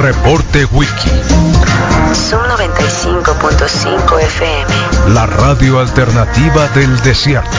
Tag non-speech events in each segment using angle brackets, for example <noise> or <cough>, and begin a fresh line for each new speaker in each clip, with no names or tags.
Reporte Wiki.
Son 95.5 FM.
La radio alternativa del desierto.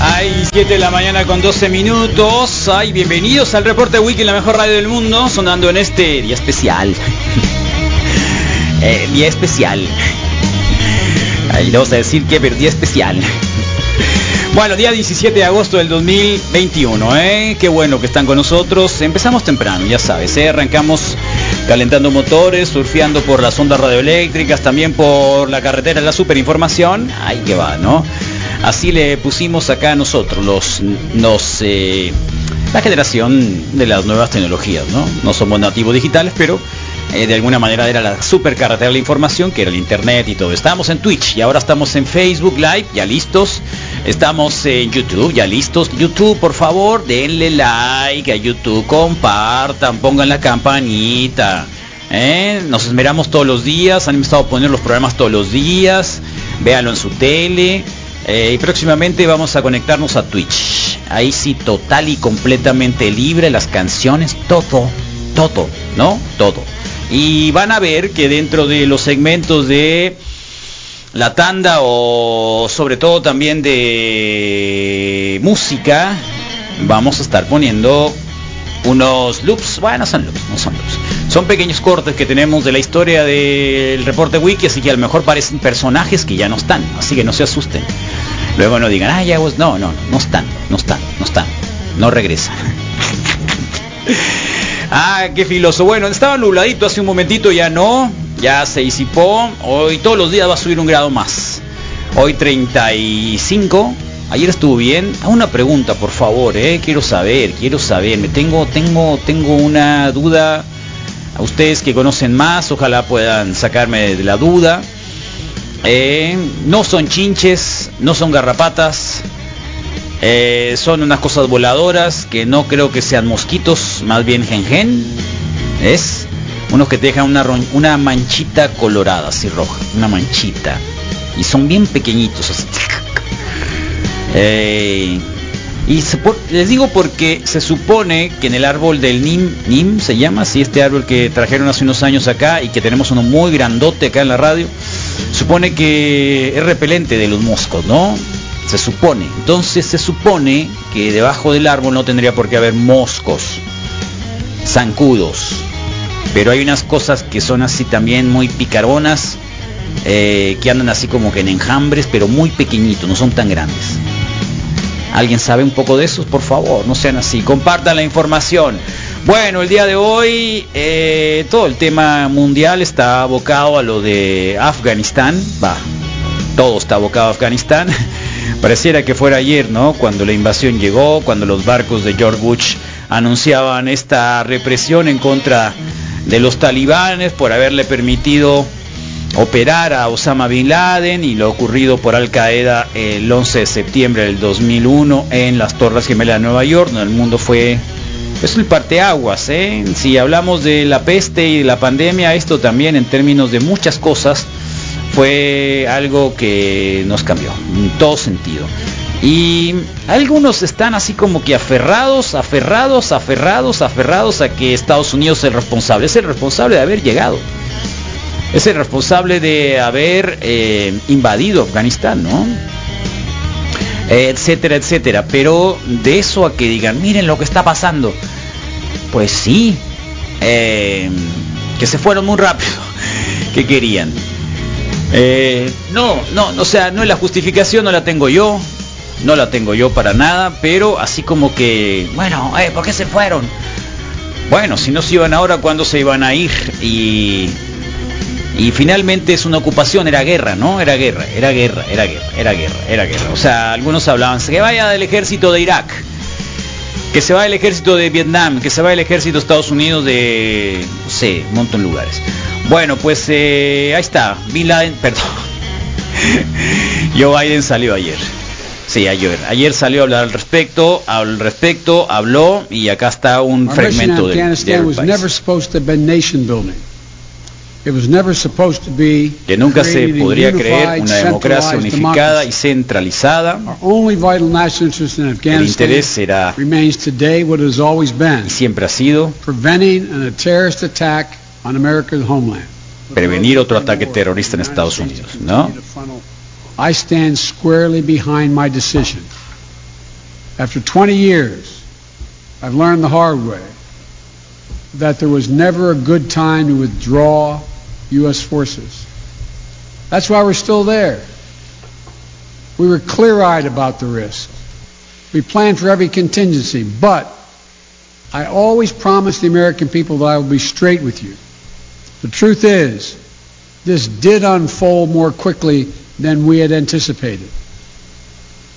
Hay 7 de la mañana con 12 minutos. Ay, bienvenidos al reporte Wiki, la mejor radio del mundo, sonando en este día especial. <laughs> Eh, día especial. Ahí le vamos a decir que pero día especial. Bueno, día 17 de agosto del 2021, ¿eh? Qué bueno que están con nosotros. Empezamos temprano, ya sabes, ¿eh? Arrancamos calentando motores, surfeando por las ondas radioeléctricas, también por la carretera de la superinformación. Ay, que va, ¿no? Así le pusimos acá a nosotros, los, nos, eh, la generación de las nuevas tecnologías, ¿no? No somos nativos digitales, pero eh, de alguna manera era la supercarretera de la información, que era el internet y todo. Estábamos en Twitch y ahora estamos en Facebook Live, ya listos. Estamos en YouTube, ya listos. YouTube, por favor, denle like a YouTube, compartan, pongan la campanita. ¿eh? Nos esmeramos todos los días, han empezado a poner los programas todos los días. Véanlo en su tele. Eh, y próximamente vamos a conectarnos a Twitch. Ahí sí, total y completamente libre, las canciones, todo, todo, ¿no? Todo. Y van a ver que dentro de los segmentos de la tanda o sobre todo también de música, vamos a estar poniendo unos loops, bueno, son loops, no son loops. Son pequeños cortes que tenemos de la historia del reporte wiki, así que a lo mejor parecen personajes que ya no están, así que no se asusten. Luego no digan, ah, ya vos, no, no, no, no están, no están, no están, no regresan. ah, qué filoso. Bueno, estaba nubladito hace un momentito, ya no, ya se disipó. Hoy todos los días va a subir un grado más. Hoy 35, Ayer estuvo bien. Ah, una pregunta, por favor, eh. Quiero saber, quiero saber. Me tengo, tengo, tengo una duda. A ustedes que conocen más, ojalá puedan sacarme de la duda. Eh, no son chinches, no son garrapatas. eh, son unas cosas voladoras que no creo que sean mosquitos, más bien gengen. Es unos que te dejan una, ron- una manchita colorada, así roja, una manchita. Y son bien pequeñitos, así. Eh, y se por- les digo porque se supone que en el árbol del Nim, Nim se llama, así este árbol que trajeron hace unos años acá y que tenemos uno muy grandote acá en la radio, supone que es repelente de los moscos, ¿no? Se supone. Entonces se supone que debajo del árbol no tendría por qué haber moscos, zancudos. Pero hay unas cosas que son así también muy picaronas, eh, que andan así como que en enjambres, pero muy pequeñitos, no son tan grandes. ¿Alguien sabe un poco de eso? Por favor, no sean así. Compartan la información. Bueno, el día de hoy eh, todo el tema mundial está abocado a lo de Afganistán. Va, todo está abocado a Afganistán. <laughs> Pareciera que fuera ayer, ¿no? Cuando la invasión llegó, cuando los barcos de George Bush anunciaban esta represión en contra de los talibanes por haberle permitido operar a Osama Bin Laden y lo ocurrido por Al Qaeda el 11 de septiembre del 2001 en las Torres Gemelas de Nueva York, donde el mundo fue es el parteaguas, ¿eh? Si hablamos de la peste y de la pandemia, esto también en términos de muchas cosas fue algo que nos cambió en todo sentido. Y algunos están así como que aferrados, aferrados, aferrados, aferrados a que Estados Unidos es el responsable, es el responsable de haber llegado es el responsable de haber eh, invadido Afganistán, ¿no? etcétera, etcétera. Pero de eso a que digan, miren lo que está pasando. Pues sí, eh, que se fueron muy rápido. <laughs> que querían? Eh, no, no, o sea, no la justificación no la tengo yo, no la tengo yo para nada, pero así como que, bueno, eh, ¿por qué se fueron? Bueno, si no se iban ahora, ¿cuándo se iban a ir? Y, y finalmente es una ocupación, era guerra, ¿no? Era guerra, era guerra, era guerra, era guerra, era guerra. O sea, algunos hablaban, que vaya del ejército de Irak, que se vaya el ejército de Vietnam, que se vaya el ejército de Estados Unidos de, no sé, un montón de lugares. Bueno, pues eh, ahí está, Bin Laden, <laughs> perdón, Joe Biden salió ayer. Sí, ayer. Ayer salió a hablar al respecto, al respecto, habló y acá está
Our mission
un
in
fragmento del,
Afghanistan
del
was
país.
never supposed to have been nation building. It was never supposed to be
que nunca se
creating a
podría
unified,
creer una democracia
centralized
unificada y
democracy.
centralizada.
Our only vital national interest in
El interés
Afghanistan
será
remains today what it has always been,
y siempre ha sido
preventing a terrorist attack on American homeland.
prevenir otro ataque terrorista en Estados Unidos, ¿no?
I stand squarely behind my decision. After 20 years, I've learned the hard way that there was never a good time to withdraw U.S. forces. That's why we're still there. We were clear-eyed about the risk. We planned for every contingency, but I always promise the American people that I will be straight with you. The truth is, this did unfold more quickly than we had anticipated.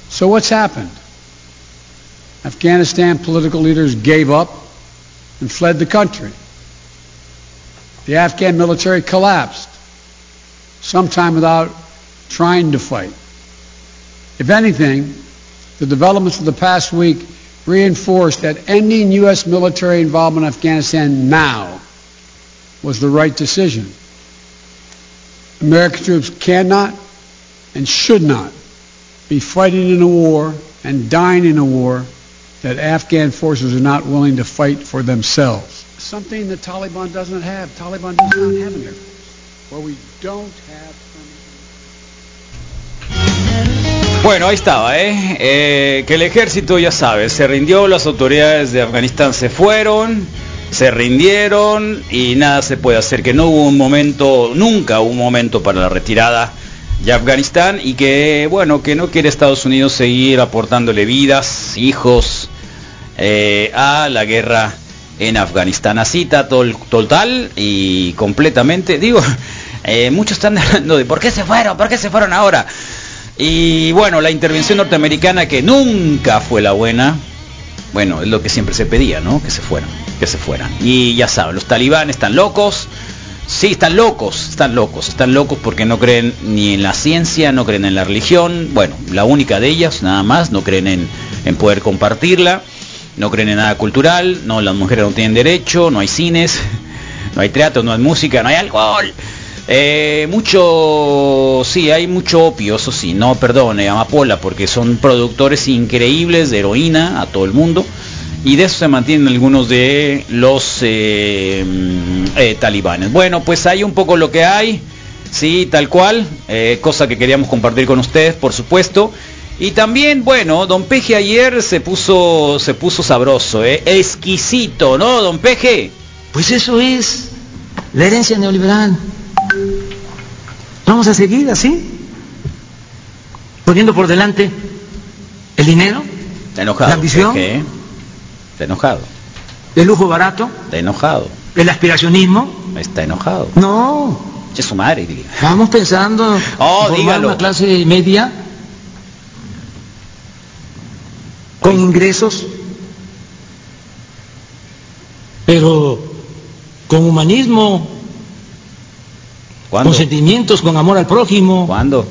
So what's happened? Afghanistan political leaders gave up and fled the country. The Afghan military collapsed, sometime without trying to fight. If anything, the developments of the past week reinforced that ending U.S. military involvement in Afghanistan now was the right decision. American troops cannot and should not be fighting in a war and dying in a war that Afghan forces are not willing to fight for themselves. Something the Taliban doesn't have. Taliban does not have an air force. Or we don't have.
Bueno, ahí estaba, ¿eh? Eh, Que el ejército, ya sabes, se rindió, las autoridades de Afganistán se fueron, se rindieron y nada se puede hacer, que no hubo un momento, nunca hubo un momento para la retirada de Afganistán y que, bueno, que no quiere Estados Unidos seguir aportándole vidas, hijos, eh, a la guerra en Afganistán. Así está tol- total y completamente. Digo, <laughs> eh, muchos están <laughs> hablando de por qué se fueron, por qué se fueron ahora. Y bueno, la intervención norteamericana que nunca fue la buena. Bueno, es lo que siempre se pedía, ¿no? Que se fueran, que se fueran. Y ya saben, los talibanes están locos. Sí, están locos, están locos, están locos porque no creen ni en la ciencia, no creen en la religión. Bueno, la única de ellas, nada más, no creen en, en poder compartirla no creen en nada cultural, no, las mujeres no tienen derecho, no hay cines, <laughs> no hay teatro, no hay música, no hay alcohol. Eh, mucho, sí, hay mucho opio, eso sí, no, perdón, eh, amapola, porque son productores increíbles de heroína a todo el mundo. Y de eso se mantienen algunos de los eh, mm, eh, talibanes. Bueno, pues hay un poco lo que hay. Sí, tal cual, eh, cosa que queríamos compartir con ustedes, por supuesto. Y también, bueno, Don Peje ayer se puso, se puso sabroso, eh, exquisito, ¿no, Don Peje?
Pues eso es la herencia neoliberal. Vamos a seguir así, poniendo por delante el dinero,
Está enojado.
La ambición.
Peje, eh. Está enojado,
el lujo barato,
está enojado,
el aspiracionismo.
está enojado.
No,
Che su madre, dile.
vamos pensando en
Oh,
formar
dígalo.
una clase media con ingresos, pero con humanismo,
¿Cuándo?
con sentimientos, con amor al prójimo.
¿Cuándo?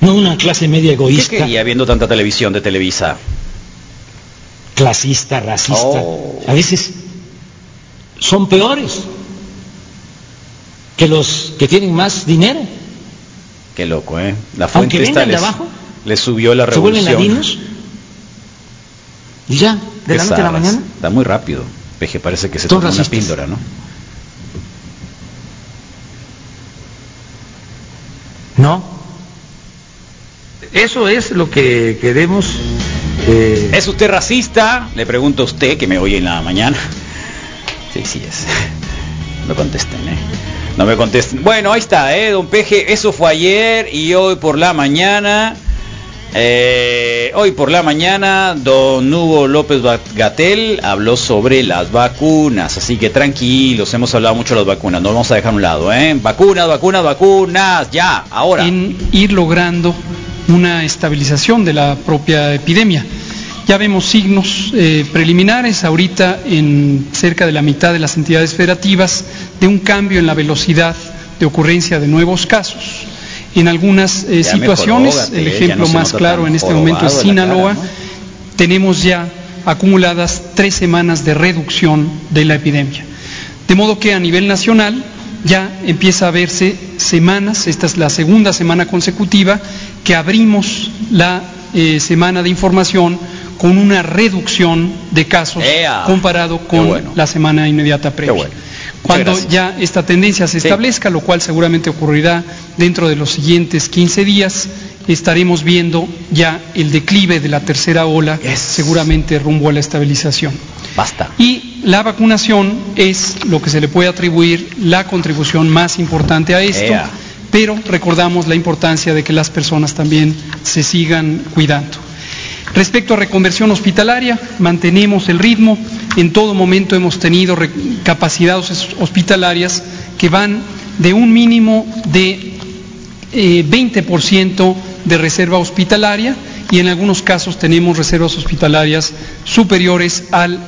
No una clase media
¿Qué
egoísta,
quería viendo tanta televisión de Televisa?
clasista, racista.
Oh.
A veces son peores que los que tienen más dinero.
Qué loco, ¿eh? La
Aunque
fuente esta
vengan de
les,
abajo,
les subió la
Se vuelven
revolución.
ladinos. Y ya, de
Qué
la noche a la
zarras.
mañana.
Está muy rápido. Peje parece que se
Son
tomó una
racistas.
píldora, ¿no?
No. Eso es lo que queremos. eh,
¿Es usted racista? Le pregunto a usted que me oye en la mañana. Sí, sí es. No contesten, ¿eh? No me contesten. Bueno, ahí está, ¿eh? Don Peje, eso fue ayer y hoy por la mañana. eh, hoy por la mañana, don Hugo López Gatel habló sobre las vacunas. Así que tranquilos, hemos hablado mucho de las vacunas. No vamos a dejar a un lado, ¿eh? Vacunas, vacunas, vacunas. Ya, ahora.
en ir logrando una estabilización de la propia epidemia. Ya vemos signos eh, preliminares ahorita en cerca de la mitad de las entidades federativas de un cambio en la velocidad de ocurrencia de nuevos casos. En algunas eh,
Ya mejoró,
situaciones,
Gatel,
el
ya
ejemplo
no se
más
nota
claro
tan
en este momento es
jorobado la cara,
Sinaloa,
¿no?
tenemos ya acumuladas tres semanas de reducción de la epidemia. De modo que a nivel nacional ya empieza a verse semanas, esta es la segunda semana consecutiva, que abrimos la eh, semana de información con una reducción de casos
¡Ea!
comparado
Qué
con
bueno.
la semana inmediata previa.
bueno.
Cuando
gracias.
ya esta tendencia se
Sí.
establezca, lo cual seguramente ocurrirá dentro de los siguientes 15 días, estaremos viendo ya el declive de la tercera ola,
Yes.
seguramente rumbo a la estabilización.
Basta.
Y la vacunación es lo que se le puede atribuir la contribución más importante a esto,
Ea.
pero recordamos la importancia de que las personas también se sigan cuidando. Respecto a reconversión hospitalaria, mantenemos el ritmo. En todo momento hemos tenido re- capacidades hospitalarias que van de un mínimo de eh, 20% de reserva hospitalaria y en algunos casos tenemos reservas hospitalarias superiores al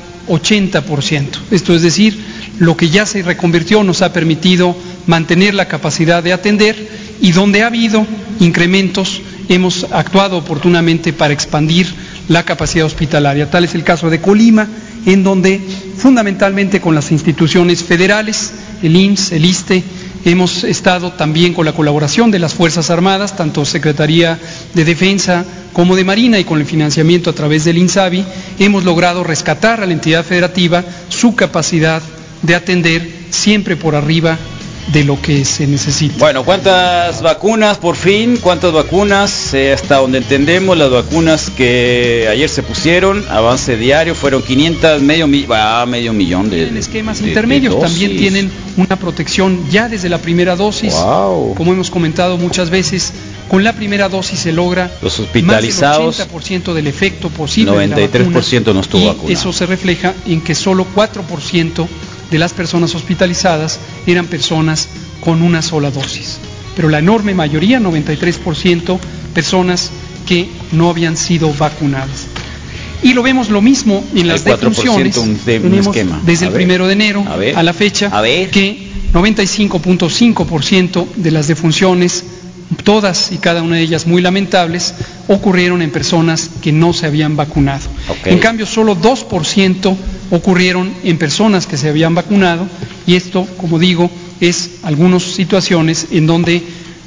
80%. Esto es decir, lo que ya se reconvirtió nos ha permitido mantener la capacidad de atender y donde ha habido incrementos hemos actuado oportunamente para expandir la capacidad hospitalaria. Tal es el caso de Colima, en donde fundamentalmente con las instituciones federales, el IMSS, el ISTE, Hemos estado también con la colaboración de las Fuerzas Armadas, tanto Secretaría de Defensa como de Marina y con el financiamiento a través del INSABI, hemos logrado rescatar a la entidad federativa su capacidad de atender siempre por arriba de lo que se necesita.
Bueno, ¿cuántas vacunas por fin? ¿Cuántas vacunas? Eh, hasta donde entendemos, las vacunas que ayer se pusieron, avance diario, fueron 500, medio, mi- ah, medio millón de...
en esquemas
de- de
intermedios
dosis.
también tienen una protección ya desde la primera dosis.
Wow.
Como hemos comentado muchas veces, con la primera dosis se logra
Los hospitalizados,
más del 80% del efecto posible.
93% no estuvo
y
vacunado.
Eso se refleja en que solo 4% de las personas hospitalizadas eran personas con una sola dosis. Pero la enorme mayoría, 93%, personas que no habían sido vacunadas. Y lo vemos lo mismo en las
El 4%
defunciones.
un- de- un
Tenemos
esquema.
Desde
A
el
ver,
primero de enero
a
a,
ver,
la fecha
a ver.
que 95.5% de las defunciones, todas y cada una de ellas muy lamentables, ocurrieron en personas que no se habían vacunado.
Ok.
En cambio, solo 2% ocurrieron en personas que se habían vacunado y esto, como digo, es algunas situaciones en donde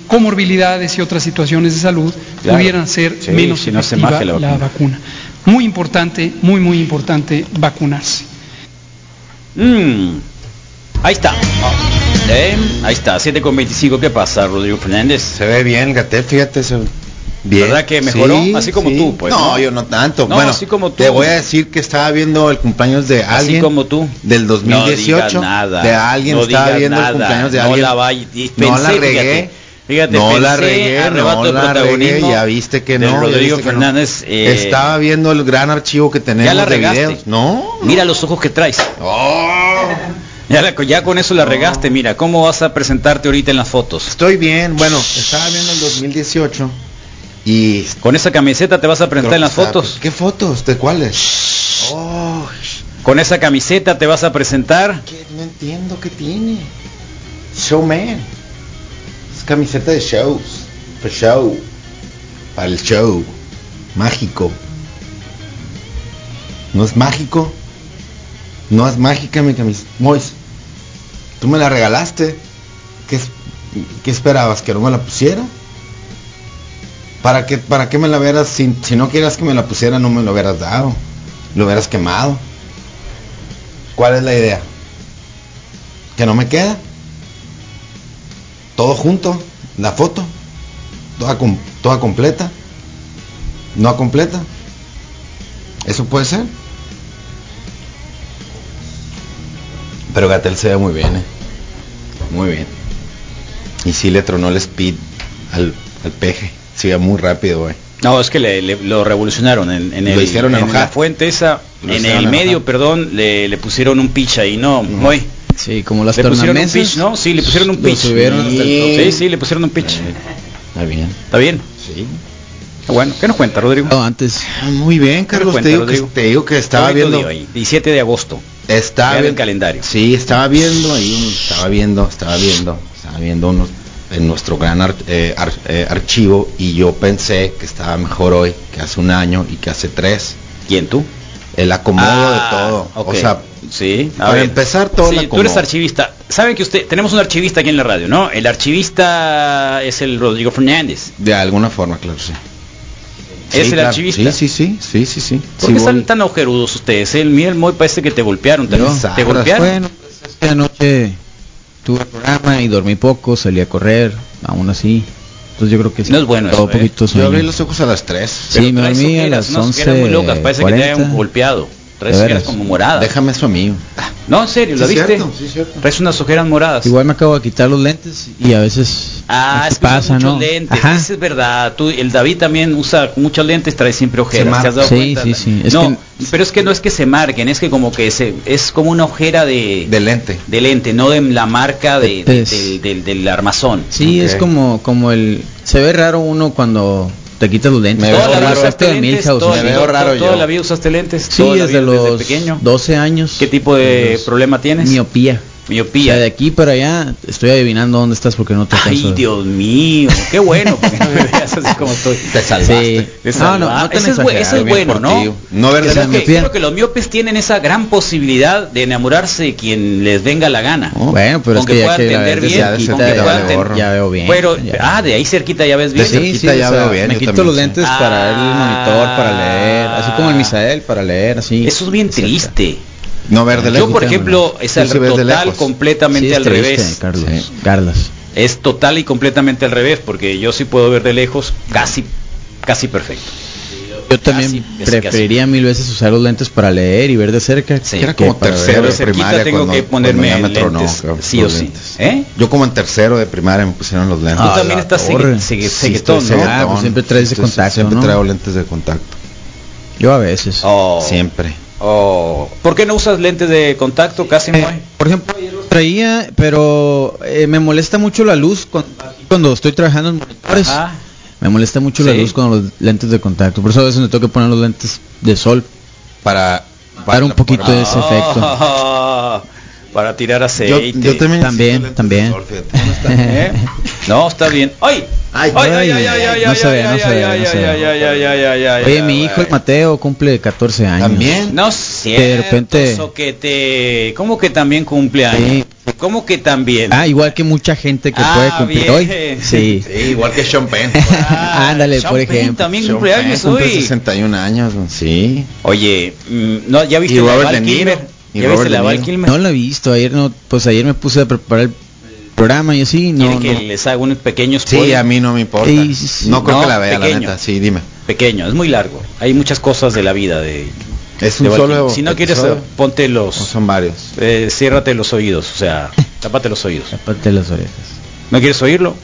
comorbilidades y otras situaciones de salud
Claro.
pudieran ser
Sí,
menos
si no se
efectiva
maje la
la vacuna. Muy importante, muy, muy importante vacunarse.
Mm, Ahí está. Eh, Ahí está, 7 con 25. ¿Qué pasa, Rodrigo Fernández?
Se ve bien, Gatel, fíjate. Se... Bien.
¿Verdad que mejoró? Así como tú, pues,
No,
¿no?
yo no tanto.
No,
bueno,
así como tú.
te voy a decir que estaba viendo el cumpleaños de alguien.
como tú.
Del 2018.
No digas nada.
De alguien,
No
estaba
digas
viendo
nada.
el cumpleaños de
No
alguien.
la vaya- y
no
pensé,
la regué.
fíjate, fíjate,
no la
pensé,
regué,
arrebato
no
de
la regué,
protagonismo
ya viste que
de
no. ya
Rodrigo
viste que no.
Fernández, eh,
Estaba viendo el gran archivo que tenemos
ya la
de
regaste.
videos. No. no.
Mira los ojos que traes.
Oh,
Ya, la- ya con eso la regaste, mira, ¿cómo vas a presentarte ahorita en las fotos?
estoy bien. Bueno, estaba viendo el 2018 y
¿Con esa camiseta te vas a presentar en las fotos?
¿Qué fotos? ¿De cuáles? Oh,
¿Con esa camiseta te vas a presentar?
¿qué? no entiendo qué tiene. Showman. Es camiseta de shows. Para show. Para el show. Mágico. ¿No es mágico? No es mágica mi camisa. Mois. Tú me la regalaste. ¿Qué, es- qué esperabas? ¿Que no me la pusiera? ¿Para qué, para qué me la hubieras? Si, si no quieras que me la pusiera, no me lo hubieras dado. Lo hubieras quemado. ¿Cuál es la idea? ¿Que no me queda? Todo junto, la foto, toda, com- toda completa. no completa. Eso puede ser. Pero Gatel se ve muy bien, ¿eh? Muy bien. Y sí le tronó el speed al, al peje. Se iba muy rápido, güey.
No, es que le, le- lo revolucionaron en, en
Lo
el,
hicieron
en
enojar.
la fuente esa,
Lo
en
hicieron
el medio,
enojar.
perdón, le, le pusieron un pitch ahí, no, muy.
Sí, como las
Le pusieron un
tornamesas.
pitch, ¿no? Sí, le pusieron un
Lo
pitch.
subieron hasta
Sí,
el
sí, le pusieron un pitch.
Está bien.
Está bien.
Sí.
Está Bueno, ¿qué nos cuenta, Rodrigo?
No, antes.
Ah, Muy bien, Carlos.
cuenta,
te, digo que,
Rodrigo?
te digo que estaba
Bonito
viendo.
día hoy, 17 de agosto.
Estaba
Vean el
vi-
calendario.
Sí, estaba viendo ahí, un- estaba viendo, estaba viendo, estaba viendo unos en nuestro gran ar- eh, ar- eh, archivo y yo pensé que estaba mejor hoy que hace un año y que hace tres.
¿Quién tú?
El acomodo
Ah,
de todo.
ok.
O sea,
sí,
para empezar, todo
Sí,
el
tú eres
acomodo.
archivista. Saben que usted tenemos un archivista aquí en la radio, ¿no? El archivista es el Rodrigo Fernández.
de alguna forma, claro, sí.
Es el
claro.
archivista.
Sí, sí, sí, sí, sí, sí. Sí
¿Por qué
voy.
están tan agujerudos ustedes? El Mira, el Moy parece que te golpearon también.
Yo,
¿Te
sabras,
golpearon?
Bueno, pues es que anoche tuve programa y dormí poco, salí a correr, aún así. Entonces yo creo que sí,
No es bueno
todo
eso, ¿eh?
poquito
Yo
sueño.
abrí los ojos a las tres.
Sí, me
traes
dormí a
ojeras,
las
unas ojeras
11.
muy locas, parece que te hayan golpeado. Traes
De
ojeras
veras.
como moradas.
Déjame eso a mí.
No, en serio, ¿lo
Sí,
viste?
cierto, sí, cierto.
Traes unas ojeras moradas.
Igual me acabo de quitar los lentes y a veces
Ah,
se
es que pasa, muchos lentes.
Ajá.
Eso es verdad. Tú, el David también usa muchos lentes, trae siempre
Se
ojeras.
marca.
¿Te has dado
Sí,
cuenta?
sí, sí. Es
no,
que-
pero es que no es que se marquen, es que como que se, es como una ojera de,
De lente.
de lente, no de la marca de, de-
Lentes.
del- del- del armazón.
Sí,
Ok.
es como como el se ve raro uno cuando te quitas los lentes.
Me
Toda
veo
la vida
raro.
usaste
usaste
de
lentes,
Milhouse,
toda
¿no?
Me
la
veo
vida-
raro
toda
yo.
la vida usaste lentes.
Sí,
toda la
desde
vida,
los
pequeño.
12 años.
¿Qué tipo de problema tienes?
Miopía. O
Miopía.
sea, de aquí para allá estoy adivinando dónde estás porque no te alcanzo
Ay,
a-
Dios mío, qué bueno. porque no me veas así como estoy.
Te salvaste.
Sí.
De
No,
salvar.
no, no tan
Ese es bu-
exagerado,
ese es
bien
bueno,
por ti.
¿no?
No ver
Creo
O sea,
que-
me
creo, que,
fui a-
los miopes tienen esa gran posibilidad de enamorarse de quien les venga la gana.
Oh, Bueno, pero es
Aunque
que ya
pueda
que la
entender
ves
bien,
ya de
y
cerca,
aunque
ya
pueda
veo-
entender-
ya veo bien.
Pero,
ya.
ah, de ahí cerquita ya ves bien.
Sí, sí,
cerquita ya
o sea,
veo bien,
Me
yo
quito
también,
los
sí.
lentes para ver el monitor, para leer, así como el Misael para leer, así.
Ah. Eso es bien
cerca.
triste.
No ver de lejos.
Yo, por ejemplo,
Tú
es al
sí ves de
total
lejos.
completamente
Sí, es
al
triste,
revés.
Carlos.
Sí.
Carlos.
Es total y completamente al revés, porque yo sí puedo ver de lejos casi, casi perfecto.
Yo también
Casi, casi,
preferiría mil veces usar los lentes para leer y ver de cerca.
Sí.
que
Era como
para
tercero de
ver.
de cerquita
primaria
tengo
cuando-
que ponerme
cuando ya me tronó,
lentes,
cabrón,
sí o
los
sí.
lentes.
¿Eh?
Yo como en tercero de primaria me pusieron los lentes.
Tú
Ah,
también
la
estás sigue-
torre.
sigue-
Sí,
seguetón,
estoy
¿no?
seguetón. Ah, pues siempre traes de
Estoy-
contacto,
Siempre
¿no?
traigo lentes de contacto.
Yo a veces.
Oh.
Siempre.
Oh. ¿Por qué no usas lentes de contacto casi,
Eh,
Moy?
por ejemplo, ayer los traía, pero eh, me molesta mucho la luz cuan- cuando estoy trabajando en monitores.
Ajá.
Me molesta mucho la
Sí.
luz con los lentes de contacto. Por eso a veces me tengo que poner los lentes de sol.
Para...
Dar un poquito de ese
Ah,
efecto.
<laughs> para tirar
Yo,
aceite.
yo también. necesito
También,
lentes
también.
de sol, fíjate. ¿Dónde está?
¿Eh? <laughs> No, está bien. ¡Ay!
Ay,
ay, ay, no se ve, no se ve, no se ve. <laughs> Oye, mi hijo el Mateo cumple 14 años.
También.
No sé.
de repente-
que te... ¿Cómo que también cumple años? ¿Cómo que también?
Ah, igual que mucha gente que
Ah,
puede cumplir
bien.
hoy. Sí.
Sí, igual que Sean Penn.
Ah,
<laughs> Ándale,
Sean
por
Penn
ejemplo.
También
Sean
cumple
Penn
años
cumple
hoy.
61 años. güey. Sí.
Oye, mm, no, ¿ya viste
Y
la de
Robert
Val
De Niro.
Kilmer?
Y
¿Ya viste
Robert De
la de Val
Niro.
Kilmer?
No lo he visto, ayer no, pues ayer me puse a preparar el programa y así, no,
¿Quieren que
no.
les haga un pequeño spoiler?
Sí, a mí no me importa.
Sí, sí, sí.
No creo
No,
que la vea, la
pequeño.
neta. Sí, dime.
Pequeño, es muy largo. Hay muchas cosas de la vida de...
Es
de
un
Val
solo.
Kilmer. si no quieres,
episodio,
eh, ponte los...
o son varios.
Eh, ciérrate los oídos, o sea, tapate los oídos.
Aparte las orejas.
¿No quieres oírlo?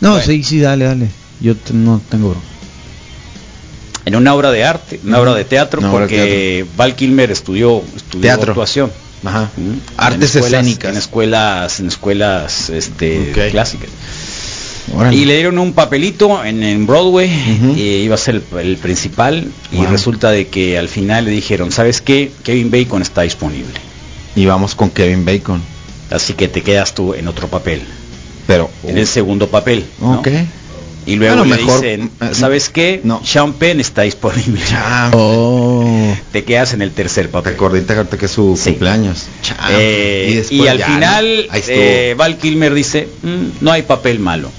No,
Bueno.
sí, sí, dale, dale. Yo t- no tengo bronca.
En una obra de arte, una obra de teatro,
Una obra de
porque Val Kilmer estudió, estudió
Teatro.
actuación.
Ajá.
¿Mm?
Artes
En escuelas-
escénicas.
En escuelas, en escuelas este,
Ok.
clásicas.
Órale.
Y le dieron un papelito en, en Broadway,
Ujú.
eh, iba a ser el, el principal, y
Wow.
resulta de que al final le dijeron, ¿sabes qué? Kevin Bacon está disponible.
Y vamos con Kevin Bacon.
Así que te quedas tú en otro papel,
Pero. uh,
en el segundo papel. ¿no?
Oh. Ok.
Y luego
Bueno,
le
mejor- eh,
dicen, ¿sabes qué?
No.
Sean Penn está disponible.
Cham.
Oh,
Te quedas en el tercer papel.
Recordita ahorita que es su
Sí.
cumpleaños. Cham.
Eh, y,
después
al
ya,
final
¿no? Ahí estuvo.
eh, Val Kilmer dice, "Mm, no hay papel malo,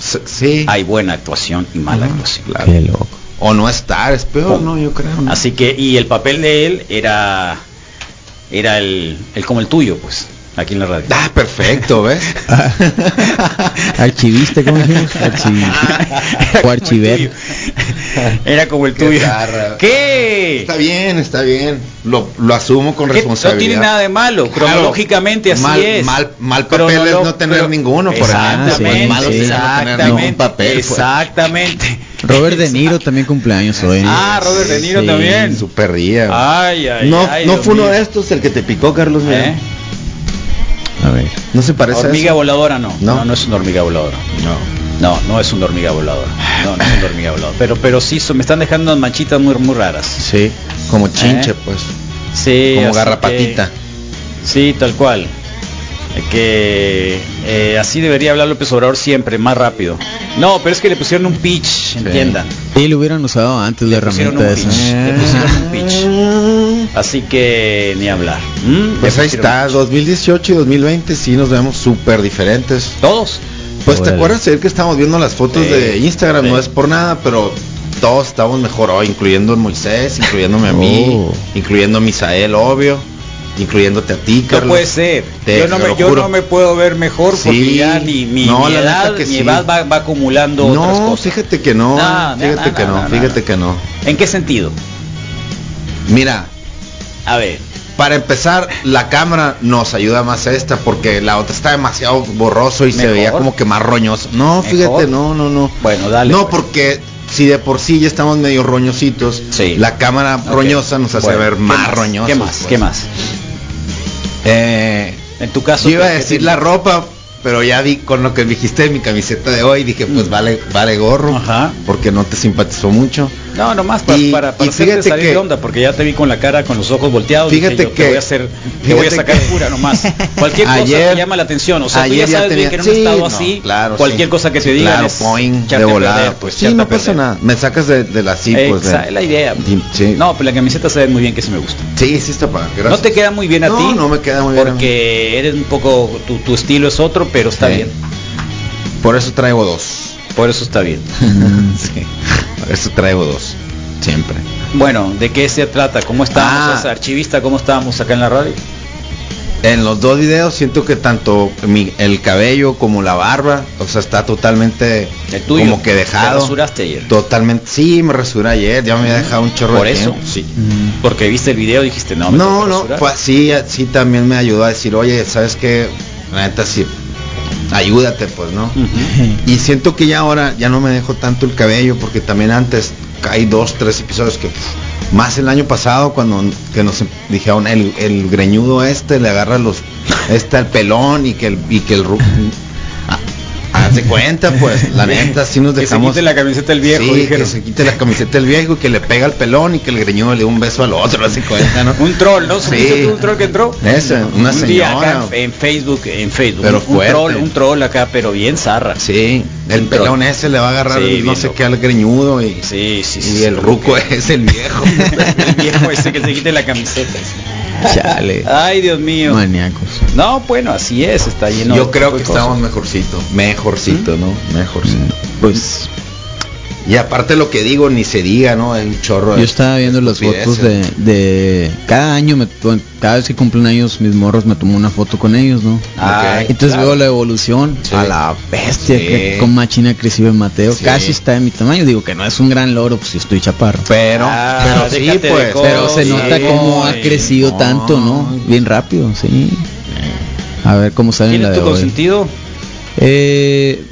S- sí.
hay buena actuación y mala actuación. Oh.
Claro.
qué loco.
O no estar, es peor, ¿no? Yo creo. ¿no?
Así que, y el papel de él era era el, el como el tuyo, pues, aquí en la radio.
Ah, perfecto,
<laughs>
¿ves?
Archivista, ¿cómo dijimos? Archi-
<laughs> Era
O
como el
<laughs> archiver.
tuyo. Era como el
Qué
tuyo.
zarra.
¿Qué?
Está bien, está bien. Lo, lo asumo con
¿Qué? No
responsabilidad.
tiene nada de malo, cronológicamente así
Mal-
es.
mal- mal papel es no tener
cro-
ninguno, por ejemplo.
Exactamente,
Mal malo es no
tener
exactamente,
ningún papel, pues.
exactamente.
Robert De Niro también cumpleaños hoy.
Ah, Robert De Niro también.
Super día. güey.
Ay, ay,
no
ay,
no
Dios
fue uno
mío.
de estos el que te picó, Carlos. mira.
¿Eh?
A ver.
No se parece a
Hormiga
eso.
voladora no.
No.
no, no es una hormiga voladora.
No.
No, no es una hormiga voladora. No, no es una hormiga voladora. Pero, pero sí, son- me están dejando unas manchitas muy, muy raras.
Sí, como chinche,
¿Eh?
pues.
Sí.
Como
así
garrapatita.
que- sí, tal cual. Eh, Que eh, así debería hablar López Obrador siempre, más rápido. No, pero es que le pusieron un pitch, entiendan.
Sí, lo hubieran usado antes la
Le pusieron
herramienta
un
de
pitch. Le pusieron un pitch. Así que ni hablar. ¿Mm? Le
Pues ahí
pusieron-
está, 2018 y 2020 sí nos vemos súper diferentes.
Todos.
Pues te
Órale.
acuerdas ayer que estábamos viendo las fotos
Sí,
de Instagram, no
sí.
es por nada, pero todos estamos mejor hoy, incluyendo a Moisés, incluyéndome a mí,
Oh.
incluyendo a Misael, obvio, incluyéndote a ti,
No
Carlos.
puede ser.
Te
yo no, me,
lo
yo
juro.
no me puedo ver mejor
Sí.
porque ya ni mi,
No,
mi
la neta
edad,
que
mi
sí.
edad va, va acumulando otras
No,
cosas.
fíjate que no,
No, no,
fíjate
no,
que
no,
no,
no,
fíjate
no.
que no.
¿En qué sentido?
Mira,
A ver.
para empezar, la cámara nos ayuda más esta porque la otra está demasiado borroso y se
Mejor.
veía como que más roñoso. No,
Mejor.
fíjate, no, no, no.
Bueno, dale,
No,
pues.
porque si de por sí ya estamos medio roñositos,
Sí.
la cámara
Ok.
roñosa nos hace
Bueno,
ver
¿qué
más, roñosos.
¿Qué más?
pues.
¿Qué más?
Eh,
En tu caso. pues,
yo iba a
¿qué- qué
decir
te-
la ropa, pero ya vi con lo que dijiste de mi camiseta de hoy, dije, pues vale, vale gorro,
Mm. Ajá.
porque no te simpatizó mucho.
No, nomás para,
Y-
para, para
y
hacerte
fíjate
salir
que-
de onda, porque ya te vi con la cara, con los ojos volteados.
Fíjate
dije yo, te
que-
voy a hacer,
<laughs>
te voy a
fíjate
sacar
que-
pura nomás. Cualquier cosa
Ayer-
te llama la atención. O sea, tú
ayer
ya
ya
sabes bien
tenía-
que en un
sí,
estado
no,
así,
claro,
cualquier
sí.
cosa que te
Sí,
digan
claro,
es
point
echarte
de
a
volada,
perder,
pues sí,
echarte a
no pasa
perder.
nada. Me sacas de, de la sí, pues. de-
Esa es la idea.
Sí.
No, pero la camiseta se ve muy bien que se me gusta.
Sí, sí está padre. gracias.
No te queda muy bien a
No,
ti.
no me queda muy bien a mí.
Porque eres un poco, tu, tu estilo es otro, pero está
Sí.
bien.
Por eso
<laughs>
traigo dos.
Por eso está bien.
sí. Por eso traigo dos. Siempre.
Bueno, ¿de qué se trata? ¿Cómo estábamos?
Ah.
O sea, archivista, ¿cómo estábamos acá en la radio?
En los dos videos siento que tanto mi- el cabello como la barba, o sea, está totalmente
El tuyo.
como que
Te
dejado.
rasuraste ayer.
Totalmente. Sí, me rasuré ayer, ya me había dejado un chorro
Por
de
eso.
tiempo, Sí.
Porque viste el video y dijiste, no, me tengo
Mm. No,
que
no,
rasurar.
pues, sí, sí también me ayudó a decir, oye, ¿sabes qué? La neta sí, ayúdate pues, ¿no?
Ujú.
Y siento que ya ahora ya no me dejo tanto el cabello porque también antes hay dos, tres episodios que pff, más el año pasado cuando que nos dijeron el, el greñudo este le agarra los este al pelón y que el y que
<laughs>
el ru- Ah, haz de cuenta pues la neta sí nos
Que se
dejamos
quite la camiseta el viejo,
sí, que
dijeron.
se quite la camiseta el viejo y que le pega al pelón y que el greñudo le dé un beso al otro haz de cuenta no
Un troll, ¿no?
Sí.
¿Supiste tú un troll que entró?
Eso, una
un día
señora.
acá en, en Facebook, en Facebook.
Pero
un, un
fuerte.
troll, un troll acá, pero bien zarra.
Sí, el
Un troll.
pelón ese le va a agarrar
Sí,
el no
bien
sé
loco.
qué al greñudo y,
Sí, sí, sí.
y el ruco <laughs>
<laughs>
es el viejo.
el viejo ese Ah, que se quite la camiseta.
Chale.
Ay, Dios mío.
Maníacos.
No, bueno, así es, está lleno
Yo creo
de
que
cosas.
estamos mejorcito,
¿Mm?
mejorcito, ¿no? Mejorcito.
Pues
Y aparte lo que digo ni se diga, ¿no? Hay un chorro. de
yo estaba viendo las
estupideces.
fotos de, eh, de cada año, me, bueno, cada vez que cumplen años mis morros me tomo una foto con ellos, ¿no?
Ah,
Ok. Entonces
claro.
veo la evolución
Sí.
a la bestia
Sí.
que con machina creció el Mateo,
Sí.
casi está de mi tamaño, digo que no es un gran loro, pues yo estoy chaparro.
Pero,
Ah,
pero sí,
déjate de
pues.
cosas.
Pero se
Sí.
nota cómo ha
Ay,
crecido
no.
tanto, ¿no? Bien rápido, sí. A ver cómo sale
¿Quién
la
es
de
tu
hoy.
consentido?
Eh,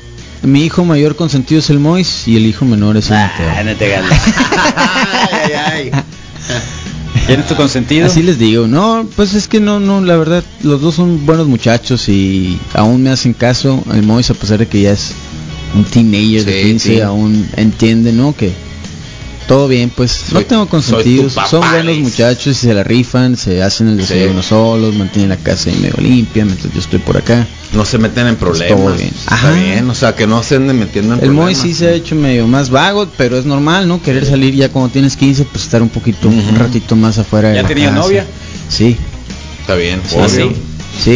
mi hijo mayor consentido es el Mois y el hijo menor es el
Ah,
Mateo.
no te ganas.
<laughs> Ay, ay, ay.
¿Quién es tu consentido?
Así les digo, no, pues es que no, no, la verdad, los dos son buenos muchachos y aún me hacen caso. El Mois, a pesar de que ya es un teenager de
Sí,
15,
sí.
aún entiende, ¿no? Que todo bien, pues
Soy-
no tengo consentidos,
soy tu papá,
son buenos
dices.
muchachos y se la rifan, se hacen el
Sí.
desayuno solos, mantienen la casa ahí medio limpia mientras yo estoy por acá. Pues,
No se meten en problemas.
Todo bien.
Está
Ajá.
bien, o sea, que no se anden metiendo en
El Moy
problemas.
sí se ha hecho medio más vago, pero es normal, ¿no? Querer salir ya cuando tienes 15, pues estar un poquito,
Ujú.
un ratito más afuera. de
¿Ya
la
tenía
Ah,
casa.
novia?
Sí,
Está bien.
sí.
¿Ah,
obvio.
sí?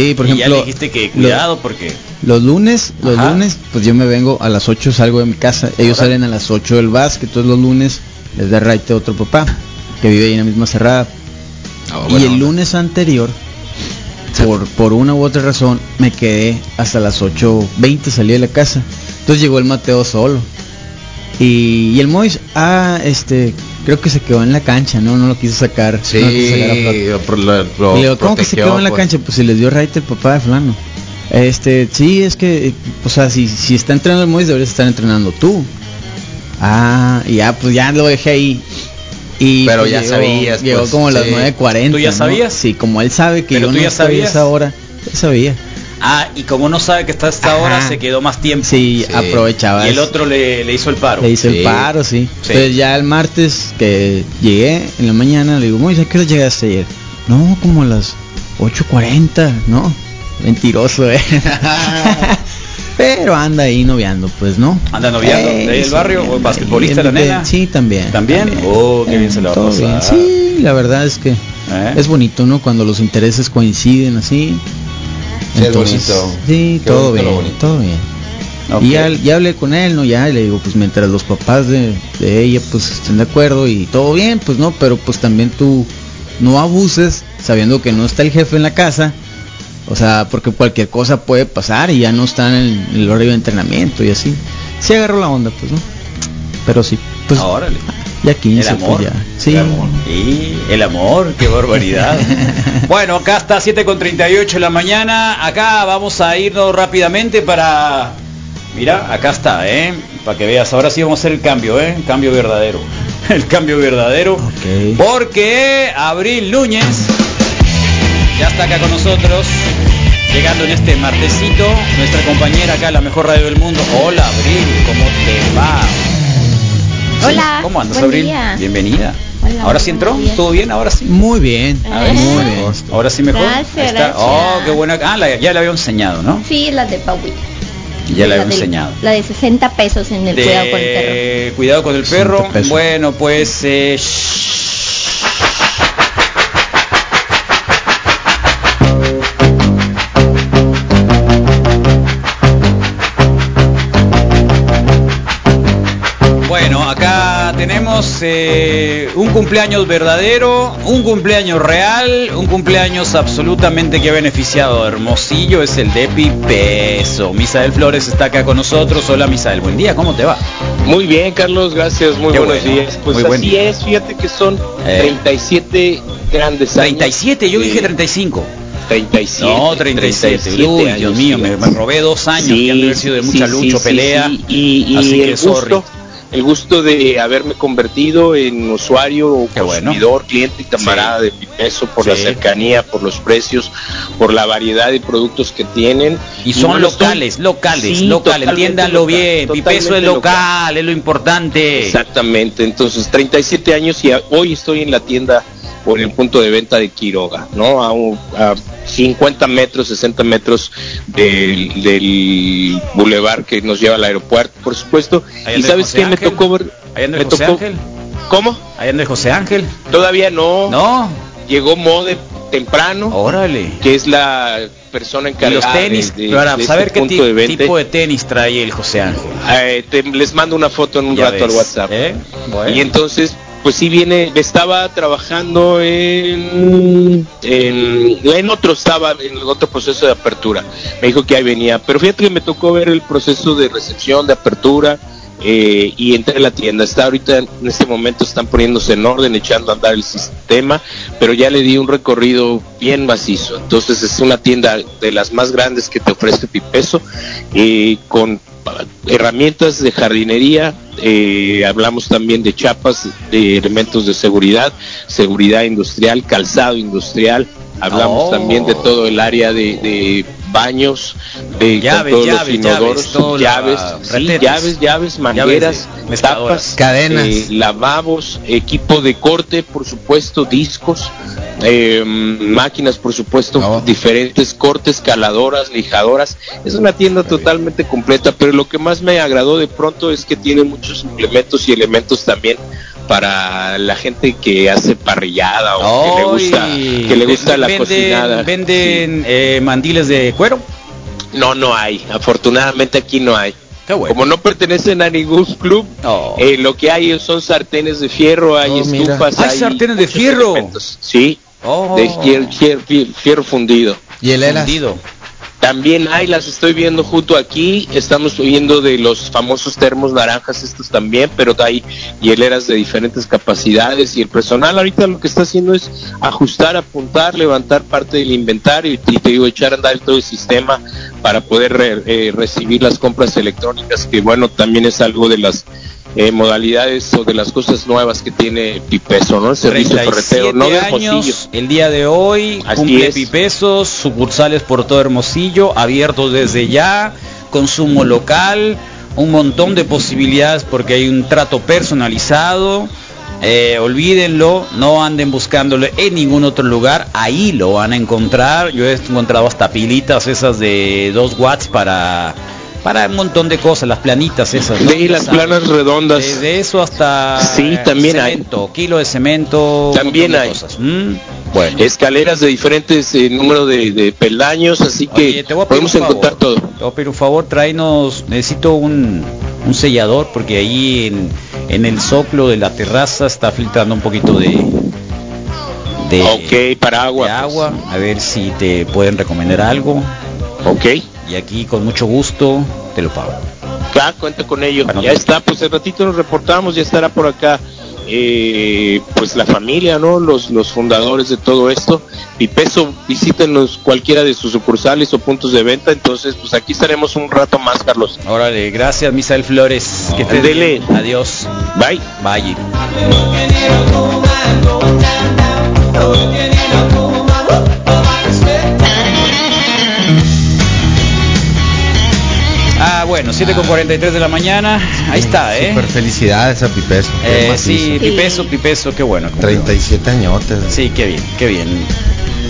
Sí, por
Y ya
ejemplo.
le dijiste que
lo-
cuidado porque
los lunes, los
Ajá.
lunes, pues yo me vengo a las 8, salgo de mi casa. Ellos
Ahora.
salen a las 8 del básquet, todos los lunes les da raite otro papá que vive ahí en la misma cerrada.
Ah,
y
bueno,
el lunes anterior, por, por una u otra razón, me quedé hasta las 8.20, salí de la casa. Entonces llegó el Mateo solo.
Y, y el Mois, ah, este, creo que se quedó en la cancha, ¿no? No lo quiso sacar.
Sí,
no lo quiso sacar a flote.
pro- lo, lo
Y le digo, ¿cómo que se
protegió,
quedó en la
pues.
cancha? Pues si les dio right el papá de fulano. Este, sí, es que, eh, o sea, si, si está entrenando el Mois, deberías estar entrenando tú. Ah, y ya, pues ya lo dejé ahí. Y
Pero
pues,
ya
llegó,
sabías,
Llegó
pues,
como a las
sí.
9.40.
¿Tú ya
¿no?
sabías?
Sí, como él sabe que
Pero
yo
tú
no
ya
estoy a
sabías.
esa hora. Ya sabía.
Ah, y como no sabe que está hasta ahora,
Ajá.
se quedó más tiempo.
Sí,
Sí.
aprovechaba.
Y el
eso.
otro le, le hizo el paro.
Le hizo
Sí.
el paro, sí.
Sí.
Entonces ya el martes que llegué en la mañana, le digo, Moisés, ¿a qué hora llegaste ayer? No, como a las 8.40, ¿no? Mentiroso,
<laughs>
eh. Pero anda ahí noviando, pues, ¿no. Eh,
Anda noviando, de ahí el barrio, o
anda
basquetbolista
ahí,
la
de-
nena.
Sí, también.
¿También? Oh, qué bien se la va a
todo
pasar.
bien. Sí, la verdad es que
¿Eh?
es bonito, ¿no? Cuando los intereses coinciden así.
Sí, es bonito.
Sí,
Qué
todo
bonito lo
bien,
bonito.
todo bien.
Ok.
Y ya, ya hablé con él, ¿no? Ya y le digo, pues mientras los papás de, de ella pues estén de acuerdo y todo bien, pues no, pero pues también tú no abuses sabiendo que no está el jefe en la casa. O sea, porque cualquier cosa puede pasar y ya no están en el, horario de entrenamiento y así. Sí agarró la onda, pues, ¿no? Pero sí, pues
Ah, órale.
ya 15,
El amor.
pues ya. Sí.
El amor. Y el amor, qué barbaridad.
<laughs>
bueno, acá está 7 con 38 de la mañana. Acá vamos a irnos rápidamente para. Mira, acá está, ¿eh? Para que veas, ahora sí vamos a hacer el cambio, ¿eh? Cambio verdadero. <laughs> El cambio verdadero.
Ok.
Porque Abril Núñez ya está acá con nosotros. Llegando en este martesito, nuestra compañera acá, la mejor radio del mundo. Hola Abril, ¿cómo te va? Sí,
Hola,
¿Cómo andas,
buen
Abril?
día.
Bienvenida.
Hola,
ahora sí
buenos
entró,
días.
todo bien, ahora sí.
Muy bien.
A
Ah.
ver.
Muy bien.
Ahora sí mejor.
Gracias,
Ahí está.
gracias.
Oh, qué buena. Ah, la- ya la había enseñado, ¿no?
Sí, la de Paui.
Ya
La
la había
del-
enseñado.
La de 60 pesos en el
De-
cuidado con el perro.
Eh, Cuidado con el perro.
60 pesos.
Bueno, pues eh, Bueno, acá tenemos eh, un cumpleaños verdadero, un cumpleaños real, un cumpleaños absolutamente que ha beneficiado a Hermosillo, es el de Pipeso. Misael Flores está acá con nosotros. Hola Misael, buen día, ¿cómo te va?
Muy bien, Carlos, gracias, muy
Qué
buenos
bueno,
días. Pues
muy buen
así
día.
es, fíjate que son
Eh.
37 grandes años.
37, yo
Sí,
dije 35.
37.
No, 37. Uy,
años,
Dios mío, me,
fíjate.
me robé dos años
Sí,
que han de haber sido de
sí,
mucha
sí,
lucha,
sí,
pelea.
sí, y y
así que
el gusto,
sorry.
el gusto de haberme convertido en usuario, o
Qué bueno.
consumidor, cliente y camarada de Pipeso por la
Sí.
cercanía, por los precios, por la variedad de productos que tienen.
Y son
bueno,
locales, locales,
Sí,
locales,
totalmente
entiéndanlo
local,
bien. Pipeso es
totalmente
local, es lo importante.
Exactamente, entonces 37 años y a- hoy estoy en la tienda o en el punto de venta de Quiroga, ¿no? A, un- a 50 metros, 60 metros del, del bulevar que nos lleva al aeropuerto, por supuesto.
Ahí
¿Y
anda
sabes
José
qué? Me
Ángel.
tocó ver...
Ahí anda
me
José
tocó-
Ángel.
¿Cómo?
Ahí anda José Ángel.
Todavía no.
No,
Llegó Mode temprano,
órale.
que es la persona
Y
encargada
los tenis,
de, de-
para
de este
saber qué
punto
ti-
de venta.
tipo de tenis trae el José Ángel.
Eh, te- les mando una foto en un
Ya
rato al
ves,
WhatsApp.
¿eh? Bueno.
Y entonces, pues sí viene, estaba trabajando en, en, en otro, estaba en otro proceso de apertura. Me dijo que ahí venía, pero fíjate que me tocó ver el proceso de recepción, de apertura, eh, y entré a la tienda. Está ahorita, en este momento están poniéndose en orden, echando a andar el sistema, pero ya le di un recorrido bien macizo. Entonces es una tienda de las más grandes que te ofrece Pipeso, eh, con herramientas de jardinería, eh, hablamos también de chapas, de elementos de seguridad, seguridad industrial, calzado industrial, hablamos
Oh.
también de todo el área de, de baños, de
Llaves,
todos los
llaves,
inodoros,
llaves, todo la-
llaves, sí,
retetes.
llaves, llaves, mangueras,
de mezcladoras.
tapas,
Cadenas.
eh, lavabos, equipo de corte, por supuesto, discos, eh, máquinas, por supuesto,
No.
diferentes cortes, caladoras, lijadoras. Es una tienda totalmente completa, pero lo que más me agradó de pronto es que tiene muchos implementos y elementos también para la gente que hace parrillada o que le gusta,
Ay,
que le gusta la
venden-
cocinada.
Venden eh, mandiles de cuero.
Sí. No, no hay. Afortunadamente aquí no hay.
Qué bueno.
Como no pertenecen a ningún club,
No.
eh, lo que hay son sartenes de fierro, hay
Oh, mira.
estufas,
Hay sartenes de
muchos
fierro.
elementos. Sí,
Oh.
de fier- fier- fier- fierro fundido.
Y el Elas.
Fundido.
También hay, las estoy viendo junto aquí, estamos viendo de los famosos termos naranjas, estos también, pero hay hieleras de diferentes capacidades y el personal ahorita lo que está haciendo es ajustar, apuntar, levantar parte del inventario y, y te digo, echar a andar todo el sistema para poder re- eh, recibir las compras electrónicas, que bueno, también es algo de las eh, modalidades o de las cosas nuevas que tiene Pipeso, ¿no? El servicio
37
ferretero, no de Hermosillo.
años, el día de hoy,
Así
cumple
es.
Pipesos, sucursales por todo Hermosillo, abierto desde ya, consumo local, un montón de posibilidades porque hay un trato personalizado. Eh, olvídenlo, no anden buscándolo en ningún otro lugar, ahí lo van a encontrar. Yo he encontrado hasta pilitas esas de 2 watts para para un montón de cosas, las planitas esas. ¿no?
Sí, las planas redondas.
Desde eso hasta eh,
Sí, también hay.
cemento, kilo de cemento, un montón
También
de
hay. Mm.
cosas. Mm.
Escaleras de diferentes eh, número de, de peldaños, así que
Oye, te voy a pedir
podemos
un favor.
encontrar todo.
Te voy a pedir un favor, tráenos, necesito un, un sellador porque ahí en, en el soclo de la terraza está filtrando un poquito de, de,
ok, para agua. pues.
de agua, a ver si te pueden recomendar algo.
Ok.
Y aquí con mucho gusto te lo pago.
Ya, cuenta con ello. ya está, pues el ratito nos reportamos, ya estará por acá eh, pues la familia, ¿no? Los, los fundadores de todo esto. Pipeso, visítenos cualquiera de sus sucursales o puntos de venta. Entonces, pues aquí estaremos un rato más, Carlos.
Órale, gracias Misael Flores. Que estés
Dele.
bien. Adiós.
Bye.
Bye. Ah, bueno, 7 con 43 de la mañana. Ahí está, ¿eh?
Super felicidades a Pipeso. qué
Eh,
macizo.
sí, Pipeso, Pipeso, qué bueno.
37 añotes.
Sí, qué bien, qué bien.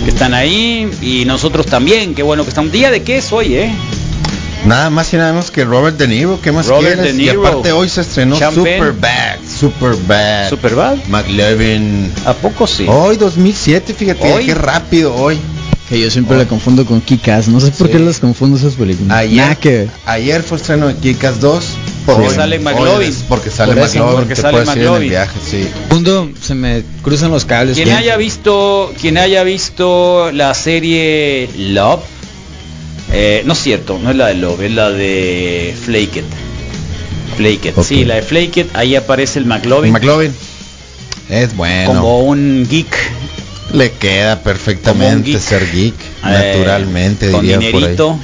Que están ahí y nosotros también, qué bueno que están. ¿Día de qué es hoy, eh?
Nada más y nada menos que Robert De Niro, ¿qué más
Robert
quieres?
De Niro.
Y aparte hoy se estrenó
Champagne.
Superbad, Superbad,
¿Superbad?
McLevin.
¿A poco sí?
Hoy 2007, fíjate,
Hoy.
qué rápido hoy.
Que yo siempre la confundo con Kikas. No sé por
Sí.
qué las confundo esas películas.
Ayer.
Nada que ver.
Ayer fue estreno de Kikas 2.
Porque
hoy-
sale
hoy
McLovin.
es- Porque sale
Por eso,
McLovin,
porque
te
sale
puedes ir en el
McLovin.
viaje, sí.
Segundo, se me cruzan los cables.
Quien
siempre.
haya visto, quien haya visto la serie Love, eh, no es cierto, no es la de Love, es la de Flaked. Flaked,
Ok.
sí, la de Flaked, ahí aparece el McLovin
McLovin es bueno.
como un geek,
Le queda
como un
perfectamente
geek.
ser
eh,
geek, naturalmente
con
diría por
dinerito,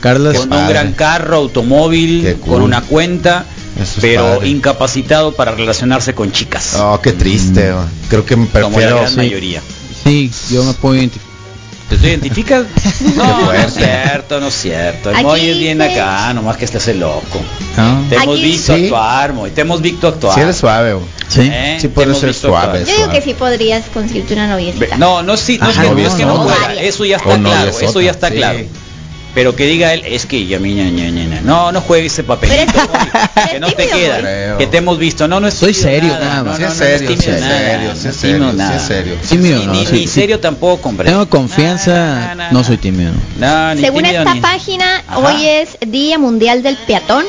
Carlos,
con un
padre.
gran carro, automóvil,
Qué
con
cool.
una cuenta,
Eso es
pero
padre.
incapacitado para relacionarse con chicas,
ahí. Oh, qué triste. oh. Creo que me
Mm. como la
prefiero
gran
sí,
mayoría.
sí, yo me puedo identificar.
¿Te te
<laughs>
identificas? No, no es
fuerte.
cierto, no es cierto.
Aquí
Moy es bien
dice-
acá, nomás que este hace loco.
Ah,
Te hemos
Aquí-
visto
Sí.
actuar, Moy, te hemos visto actuar.
Si eres suave, oh.
sí.
¿eh? Te
sí puedes
hemos
ser
visto
suave.
actuar.
Yo digo que sí pues, podrías conseguirte una noviecita.
No, no, sí, no,
Ajá,
es que-
obvio,
es que
no.
no pueda, eso ya está
O Oh, no,
claro,
ya es
eso ya
otra,
está
sí.
claro. Pero que diga él, es que ya mi ña, ña, ña, ña. No, no juegue ese papel.
Pero es-
que no te
tímido, Moy.
queda.
Creo.
Que te hemos visto. No, no es
Soy
tímido
serio, nada
no,
más.
no,
Sí
no,
es
no es
serio,
tímido
sí es
nada,
serio,
no
sí es
tímido
serio, sí
nada.
es serio.
Sí, mío,
Ni-
no,
ni,
sí,
ni
sí.
serio tampoco, hombre.
Tengo
Ah,
confianza, no soy tímido.
No, ni
Según
tímido,
esta
ni-
página,
Ajá.
hoy es Día Mundial del Peatón,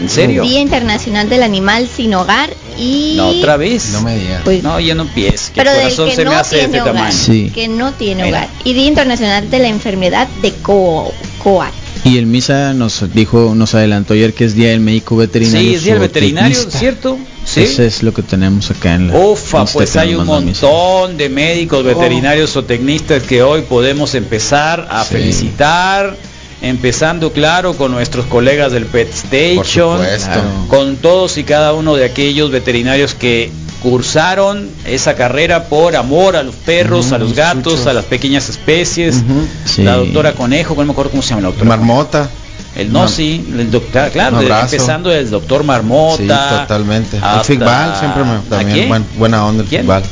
¿En serio?
Día Internacional del Animal Sin Hogar y...
No, otra vez.
No me digas.
Pues,
No, ya no empieces. Que
pero
el
del
corazón
que
se me
no
hace de este
tiene hogar,
tamaño.
Sí.
que no tiene
Mira.
hogar. Y Día Internacional de la Enfermedad de Co- Coat.
Y el Misa nos dijo, nos adelantó ayer que es día del médico veterinario.
Sí, es día del veterinario,
zootecnista.
¿cierto? Sí.
Eso es lo que tenemos acá en la.
Ufa,
lista que
pues
nos
hay un
mandó Misa.
montón de médicos veterinarios o tecnistas que hoy podemos empezar a
Sí.
felicitar, empezando claro con nuestros colegas del Pet
Por
Station,
supuesto.
Claro.
con todos y cada uno de aquellos veterinarios que cursaron esa carrera por amor a los perros,
Ujú,
a los
los
gatos,
chuchos.
a las pequeñas especies,
Ujú.
Sí.
la doctora Conejo, que no me acuerdo cómo se llama la doctora.
Marmota.
El no,
Mar-
sí, el doctor, claro,
Un
de-
abrazo.
empezando el doctor Marmota.
Sí, totalmente.
hasta-
El Figbal siempre me,
¿A quién?
también buen- buena onda el
¿Quién?
Figbal.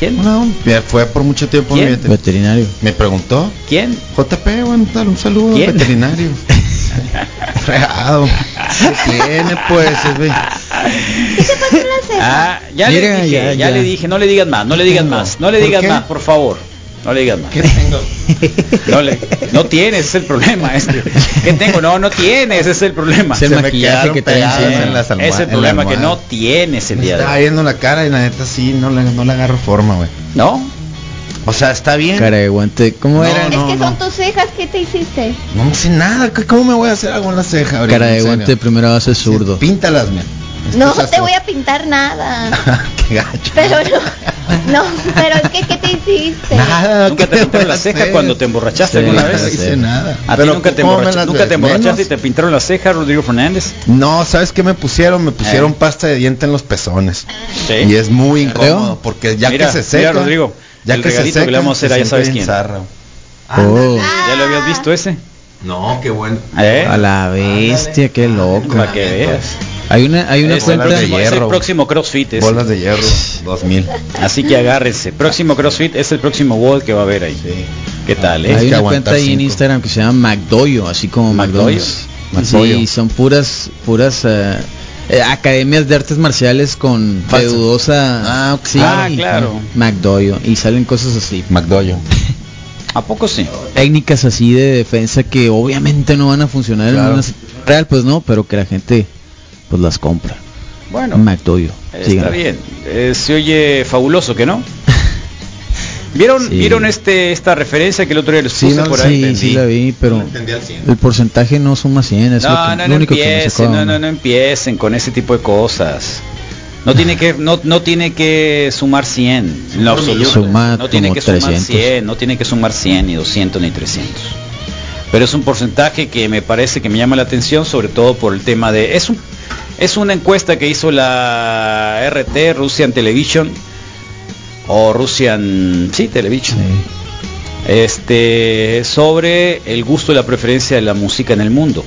¿Quién?
Buena onda. Me Fue por mucho tiempo
¿Quién?
mi veter-
Veterinario.
me preguntó.
¿Quién?
JP, bueno, tal, un saludo
¿Quién? <laughs>
al veterinario. Fregado. ¿Qué tiene pues? Es ve-
Ah, ya le
Mira,
dije, ya,
ya, ya.
le dije, no le digas más, no le digas más, no le
¿Por
digas
qué?
más, por favor. No le digas más. <laughs>
¿Qué tengo?
No, le, no tienes, ese es el problema. Es que, ¿qué tengo? No, no tienes, ese es el problema.
Se
Se me
maquillaje
quedaron
que trae
pegadas
encima.
en las almohadas.
es el problema que no tienes el
Me
día de
estaba
hoy.
viendo la cara y la neta sí, no le, no le agarro forma, güey.
¿No?
O sea, está bien.
Cara de guante, ¿cómo
No,
era?
es que son tus cejas, ¿qué te hiciste?
No me sé nada, ¿c- ¿cómo me voy a hacer algo en la ceja? ahorita,
Cara de
en serio?
guante de primera base zurdo.
Píntalas, mira. <laughs>
No
Estos
te
astros-
voy a pintar nada.
Qué gacho.
Pero
<laughs>
no, no, pero es que ¿qué te hiciste?
Nada,
Nunca
¿qué
te pintaron
voy a
las cejas
hacer?
cuando te emborrachaste
Sí,
alguna
No
vez.
sí.
hice nada.
A ti
Pero
nunca te,
¿cómo me
emborracha-
las
nunca te
ves?
emborrachaste y
Menos.
te pintaron las cejas, Rodrigo Fernández.
No, ¿sabes qué me pusieron? Me pusieron pasta de diente en los pezones.
Eh. Sí.
Y es muy incómodo
¿Creo?
porque ya
Mira,
que se
mira,
seca.
Rodrigo,
ya
el
que se
regalito
seca,
que le vamos a hacer
se
a ya
siente
sabes
bien
quién.
zarra.
Oh,
¿Ya lo habías visto ese?
No, qué bueno.
¿Eh?
a la bestia, qué loco.
Para que veas.
Hay una, hay una
Es el
cuenta.
de
próximo, es el
hierro.
próximo CrossFit. ese.
Bolas de hierro, 2000.
Así que agárrense. Próximo CrossFit es el próximo World que va a haber ahí.
Sí.
¿Qué tal, eh?
Hay
Hay
que
una
aguantar
cuenta ahí en
cinco.
Instagram que se llama McDoyo, así como
McDoyo.
McDonald's.
McDoyo.
Sí, son puras, puras eh, eh, academias de artes marciales con de
Falsas.
dudosa.
Ah,
sí,
ah, claro.
McDoyo y salen cosas así.
McDoyo.
¿A poco sí?
Técnicas así de defensa que obviamente no van a funcionar
Claro.
en una situación real, pues no, pero que la gente pues las compra.
Bueno,
McDoyo.
está
síganlo.
bien. Eh, se oye fabuloso, ¿que
<laughs>
no? ¿Vieron,
Sí.
¿vieron este, esta referencia que el otro día les
Sí,
puse
no,
por
sí,
ahí?
sí la vi, pero el porcentaje no suma 100, es lo,
No,
que-
no,
lo
no
único que me
empiecen,
sacó de
no, no,
onda.
no empiecen con ese tipo de cosas. No tiene que, no, no tiene que sumar 100, en lo absoluto.
Suma
no tiene
como
que sumar
300.
100, no tiene que sumar 100, ni 200, ni 300. Pero es un porcentaje que me parece que me llama la atención, sobre todo por el tema de... Es, un, es una encuesta que hizo la RT, Russian Television, o Russian... Sí, Television
Sí.
este sobre el gusto y la preferencia de la música en el mundo.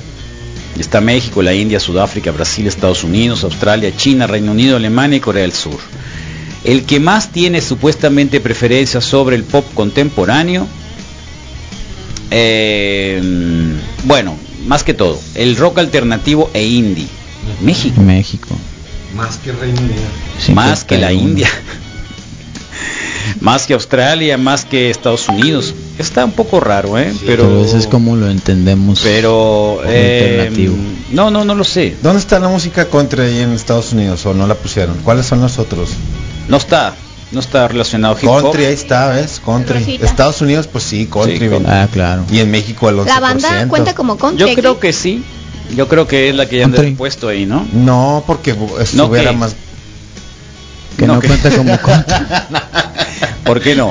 Está México, la India, Sudáfrica, Brasil, Estados Unidos, Australia, China, Reino Unido, Alemania y Corea del Sur. El que más tiene supuestamente preferencia sobre el pop contemporáneo, eh, bueno, más que todo, el rock alternativo e indie. México,
México.
Más que Reino Unido.
más que la
51. <laughs>
India, más que Australia, más que Estados Unidos. Está un poco raro, ¿eh?
Pero, eso es como lo entendemos.
Pero
Como
eh,
alternativo.
no, no, no lo sé.
¿Dónde está la música contra ahí en Estados Unidos o no la pusieron? ¿Cuáles son los otros?
No está, no está relacionado hip hop.
eh.
Country, ahí está, ¿ves? Country.
Rosita.
Estados Unidos, pues sí, country.
Sí,
¿verdad?
Ah, claro.
Y en México el 11%.
La banda cuenta como country.
Yo creo que sí. Yo creo que es la que ya han
Country.
puesto ahí, ¿no?
No, porque bu- estuviera
¿qué?
más...
Que
No,
no,
que-
cuenta
<laughs>
como contra.
¿Por qué
<laughs>
no?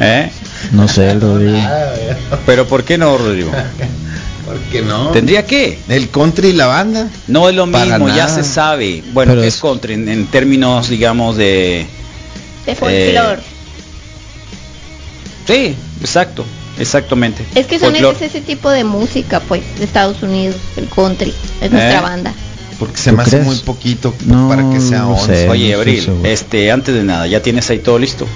¿Eh?
No sé, el Rodrigo.
Pero ¿por qué no,
<laughs>
Rodrigo?
Ah, ¿Por qué no?
¿Tendría que?
El country y la banda.
No es lo
Para
mismo, ya
nada.
se sabe. Bueno,
Pero
que es
es-
country en, en términos, digamos, de...
De folclor.
eh, Sí, exacto, exactamente.
es que son
Folclor.
ese, ese tipo de música, pues, de Estados Unidos, el country, es nuestra
¿Eh?
banda.
Porque se
¿Tú
me hace
crees?
muy poquito
No,
para que sea
Mm, no
11.
Oye,
sé. no estoy
Abril,
seguro.
este, antes de nada, ¿ya tienes ahí todo listo?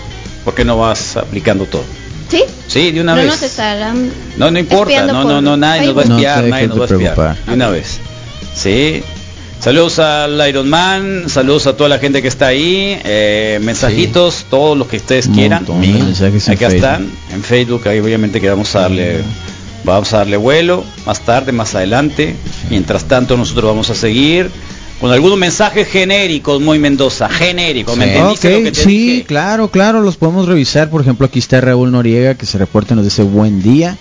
¿Por qué no vas aplicando todo?
¿Sí?
Sí, de una
no
vez.
nos estarán...
No, no importa,
espiando
no,
por
no, no, nadie nos va a
Facebook.
espiar,
No te
nadie nos va a
dejes de
espiar.
preocupar.
De una vez. Sí. Saludos al Iron Man, saludos a toda la gente que está ahí, eh, mensajitos, todos los que ustedes
Un
quieran.
montón de
Mil.
mensajes en
Acá
Facebook.
están, en Facebook, ahí obviamente que vamos a darle, vamos a darle vuelo, más tarde, más adelante. Mientras tanto nosotros vamos a seguir con algunos mensajes genéricos, muy Mendoza, genéricos, ¿me entendiste
Ok,
lo que te
sí,
dije?
claro, claro, los podemos revisar. Por ejemplo, aquí está Raúl Noriega que se reporta y nos dice buen día.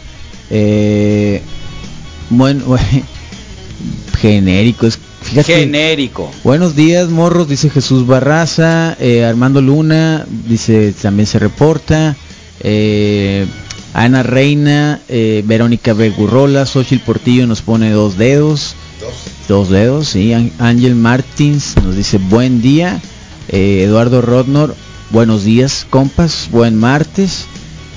Eh, buen, <laughs> genéricos. Fíjate,
Genérico.
Buenos días, morros, dice Jesús Barraza, eh, Armando Luna, dice también se reporta, eh, Ana Reina, eh, Verónica Begurrola, Xochitl Portillo nos pone dos dedos, dos dedos, y Ángel Martins nos dice buen día, eh, Eduardo Rodnor, buenos días, compas, buen martes,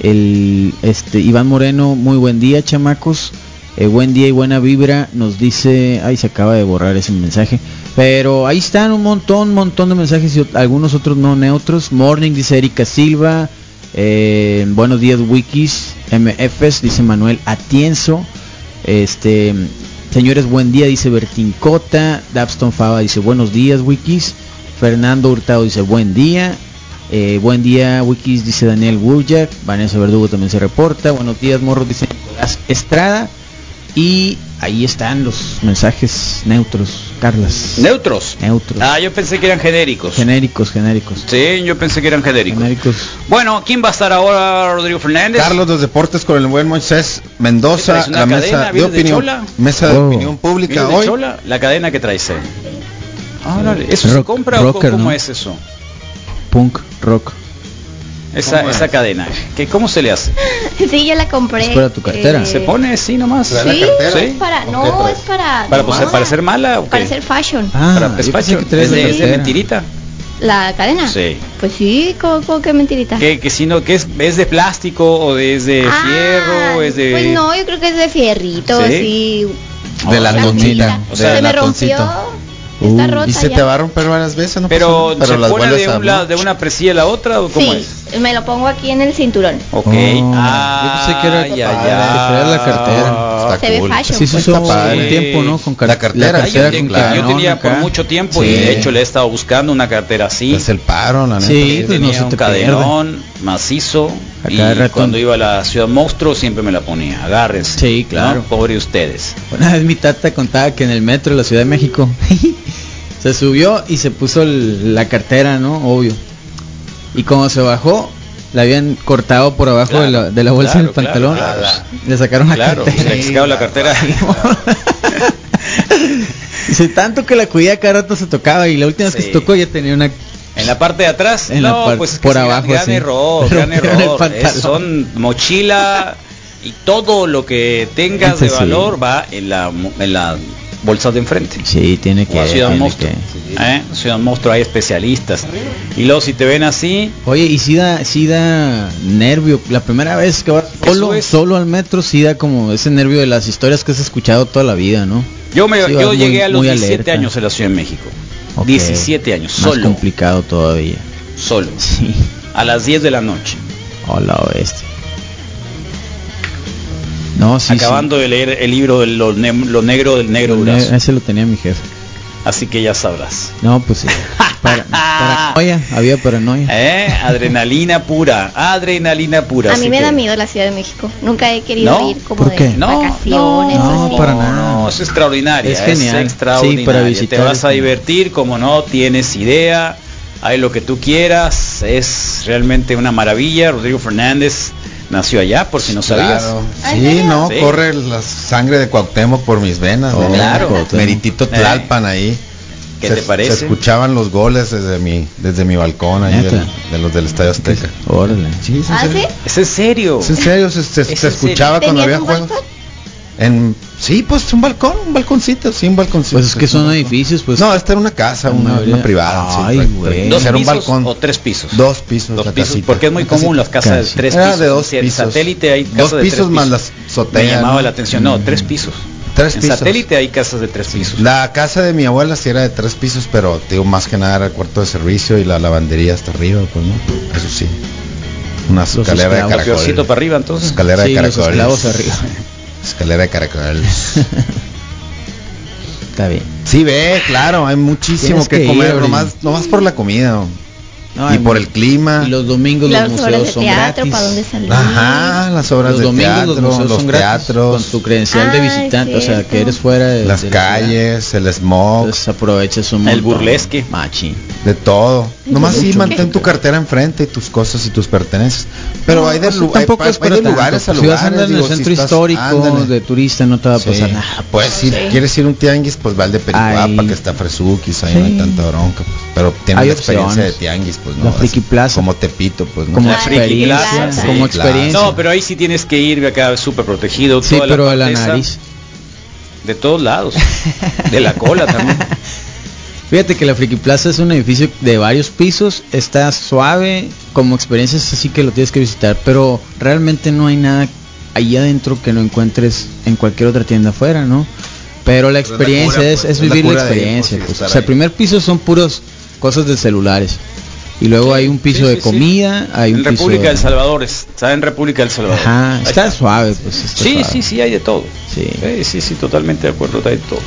el este Iván Moreno, muy buen día, chamacos. Eh, buen día y buena vibra, nos dice, ay se acaba de borrar ese mensaje, pero ahí están un montón, montón de mensajes y ot- algunos otros no neutros. Morning dice Erika Silva, eh, buenos días Wikis, MFs dice Manuel Atienzo, este señores buen día dice Bertín Cota, Dabston Fava dice buenos días Wikis, Fernando Hurtado dice buen día, eh, buen día, Wikis, dice Daniel Wurjak. Vanessa Verdugo también se reporta. Buenos días, Morro, dice Nicolás Estrada. Y ahí están los mensajes neutros, Carlas.
Neutros.
Neutros.
Ah, yo pensé que eran genéricos.
Genéricos, genéricos.
Sí, yo pensé que eran genéricos. Bueno, ¿quién va a estar ahora, Rodrigo Fernández?
Carlos de Deportes con el buen Moisés Mendoza,
¿Traes una
la
cadena?
mesa de
¿Vienes de
opinión,
chola?
mesa de
Oh.
opinión pública
¿Vienes de
hoy.
chola? La cadena que traes. eh. Ah, órale, ¿Eso se
Rock-
compra o
rocker,
cómo
¿no?
es eso?
Punk, rock.
Esa,
¿Cómo es?
esa cadena. ¿Qué, ¿Cómo se le hace?
<laughs> Sí, yo la compré. eh,
Es para tu cartera. ¿Se pone así nomás?
Sí,
¿Trae la cartera?
es para,
¿O
no,
qué traes?
es para...
¿Para, pues,
nomás,
para ser mala o qué? Ah.
para ser fashion.
Para despacho.
Ah, que traes
¿Es
la
de, es de
cartera.
mentirita?
¿La cadena?
Sí.
Pues sí, ¿cómo, cómo que mentirita? Ah,
¿Qué, que si no, que es, es de plástico o de, es de fierro? o es de...
Pues no, yo creo que es de fierrito,
¿Sí?
así.
De la
Mira,
tonita.
O sea,
se
la
me rompió.
Uh,
rota
y se
ya.
te va a romper varias veces, ¿no?
Pero,
pasa nada.
¿se
las
pone
vuelves
de,
a
un lado- de una presilla a la otra o cómo
sí,
es?
me lo pongo aquí en el cinturón.
Ok. ah,
yo pensé que era
ya,
para
ya.
que fuera la cartera.
Ah,
Se ve fashion.
Sí, se
pues.
usó
Está padre.
un tiempo, ¿no? Con car-
La cartera,
la
Yo,
cartera con
tenía- yo
canón
tenía por
acá.
mucho tiempo y
Sí. Pues
de hecho le he estado buscando una cartera así.
Es el paro, la neta.
Sí, pues
tenía
no se
un
te pierde.
cadenón macizo
A
y
cada ratón.
cuando iba a la ciudad monstruo siempre me la ponía. Agárrense.
Sí, claro.
¿no? Pobre ustedes.
Una vez mi tata contaba que en el metro de la Ciudad de México <laughs> se subió y se puso el- la cartera, ¿no? Obvio. Y cuando se bajó, la habían cortado por abajo de, la, de la bolsa
Claro,
del pantalón. Pues,
claro, claro.
Le sacaron la
Claro,
cartera.
le sacaba la cartera.
<laughs> Dice, tanto que la cuidaba cada rato se tocaba y la última vez que
Sí.
se tocó ya tenía una...
En la parte de atrás,
En la
no,
parte-
pues es que
por
sí, gran-
abajo,
Gran,
sí.
error,
<laughs> Pero
gran
vieron el
error. eh,
pantalón.
son mochila y todo lo que tengas
Ese
de
sí.
valor va en la, mo- en la bolsa de enfrente.
Sí, tiene que...
O a Ciudad
tiene
Monstruo.
que-
¿eh? Ciudad Monstruo hay especialistas. Y luego si te ven así,
Oye, y si da, sí da nervio, la primera vez que vas solo,
es.
solo al metro, sí da como ese nervio de las historias que has escuchado toda la vida, ¿no?
yo me
Sí, vas
yo
muy-
llegué a los
muy
17
alerta.
años en la Ciudad de México.
Ok.
17 años,
Más
solo,
complicado todavía. <laughs>
solo,
Sí.
a las 10 de la noche,
Hola, oeste. No, sí.
acabando de leer el libro de lo, ne- lo negro del
sí.
negro
Ne-
durazo.
eh, Ese lo tenía mi jefe.
Así que ya sabrás.
No,
<laughs>
pues sí.
<laughs>
Para-
Ah.
paranoia, había paranoia.
¿Eh? Adrenalina pura, adrenalina pura.
A mí
así
me
que-
da miedo la Ciudad de México. Nunca he querido
¿No?
ir como
¿Por qué?
de
No,
vacaciones.
no,
o
no,
así.
pues,
para nada.
No, es extraordinaria.
Es
Es
genial.
extraordinaria.
Sí, para visitar
Te vas a
es-
divertir como no tienes idea. Hay lo que tú quieras. Es realmente una maravilla. Rodrigo Fernández nació allá, por si no sabías.
Claro.
¿Ah, en
Sí,
serio?
no,
Sí.
corre la sangre de Cuauhtémoc por mis venas.
Oh,
¿no?
claro.
Cuauhtémoc.
Eh.
Meritito Tlalpan ahí.
¿Qué
Se-
te parece?
Se escuchaban los goles desde mi, desde mi balcón ahí
Neta.
del- de los del Estadio Azteca.
Órale.
Sí, sí,
¿Ah,
sí.
sí?
Es en serio.
Es en serio, se, se- se
en serio.
escuchaba cuando
¿Tenías
había
un
juegos.
balcón?
En, sí, pues un balcón, un balconcito, sí, un balconcito.
Pues es que
Sí, un
son
balcón.
edificios, pues.
No, esta era una casa,
La
una,
mayoría-
una privada. sí,
Ay,
prácticamente.
güey.
¿Dos
Era un
pisos
balcón.
o tres pisos?
Dos pisos,
Dos
la
pisos,
casita.
porque es muy
La
común
casita.
las casas de
Casi.
tres
Era
pisos.
de dos
en
pisos.
satélite hay
Dos
casas de tres
pisos más la azotea,
Me llamaba
¿no?
la atención. No,
Mm.
tres pisos.
Tres
en
pisos.
satélite hay casas de tres pisos.
La casa de mi abuela sí era de tres pisos, pero te digo, más que nada era el cuarto de servicio y la lavandería hasta arriba, pues no, eso sí. Una escalera de
esclavos.
caracoles.
Peorcito para arriba, entonces.
Escalera de
Sí, los esclavos
caracoles.
arriba.
Escalera de caracoles.
<laughs> Está bien.
Sí, ve, claro, hay muchísimo
Tienes
que,
que ir,
comer,
Ori.
nomás, nomás por la comida. ¿no?
No,
y
hay
por
mu-
el clima.
Y los domingos
Las
los
obras
museos
de
son
teatro,
gratis.
¿para dónde salir?
Ajá, las obras
los
de
domingos
teatro,
los museos
los
son gratis
teatros,
con tu credencial de
Ay,
visitante, o sea, que
cierto.
eres fuera de
las
de la ciudad.
calles, el smog,
Entonces aprovechas un
El
montón.
burlesque.
machín.
de todo. Nomás sí
mucho,
mantén
mucho.
tu cartera enfrente y tus cosas y tus pertenencias. Pero
No,
hay de,
o sea,
lu- hay-
tampoco
hay
es para
de
tanto.
lugares a
Si
lugares.
vas a andar en el
digo, si
centro
estás-
histórico
ándale.
de turista no te va a
Sí.
pasar nada.
Pues si
Sí.
quieres ir a un tianguis, pues va al de Pericuapa,
Ahí.
que está Fresuquis, ahí no
Sí.
hay tanta bronca. pues. Pero tiene
Hay
la experiencia de
opciones.
tianguis, pues no.
La Friki
Así
Plaza.
Como Tepito, pues no.
Como
La friki
experiencia,
plaza,
como
sí, claro.
experiencia.
No, pero ahí sí tienes que ir acá súper protegido.
sí,
toda
pero a la
corteza,
nariz.
De todos
<laughs>
lados. De la cola también.
Fíjate que la Friki Plaza es un edificio de varios pisos, está suave, como experiencias así que lo tienes que visitar, pero realmente no hay nada ahí adentro que no encuentres en cualquier otra tienda afuera, ¿no?
Pero
Pero la
es la
experiencia
cura,
es,
pues,
es
es la
vivir la,
cura de ir,
experiencia.
pues, y
pues.
estar
O sea, el
ahí.
primer piso son puros cosas de celulares. Y luego hay un piso
sí,
de
sí, sí.
comida, hay un
en
piso
República
de-
del Salvador. Está en República del Salvador.
Ajá,
Ahí
está suave, pues. está
Sí,
suave.
sí, sí, hay de todo.
Sí.
Eh, sí, sí, totalmente de acuerdo, hay de todo.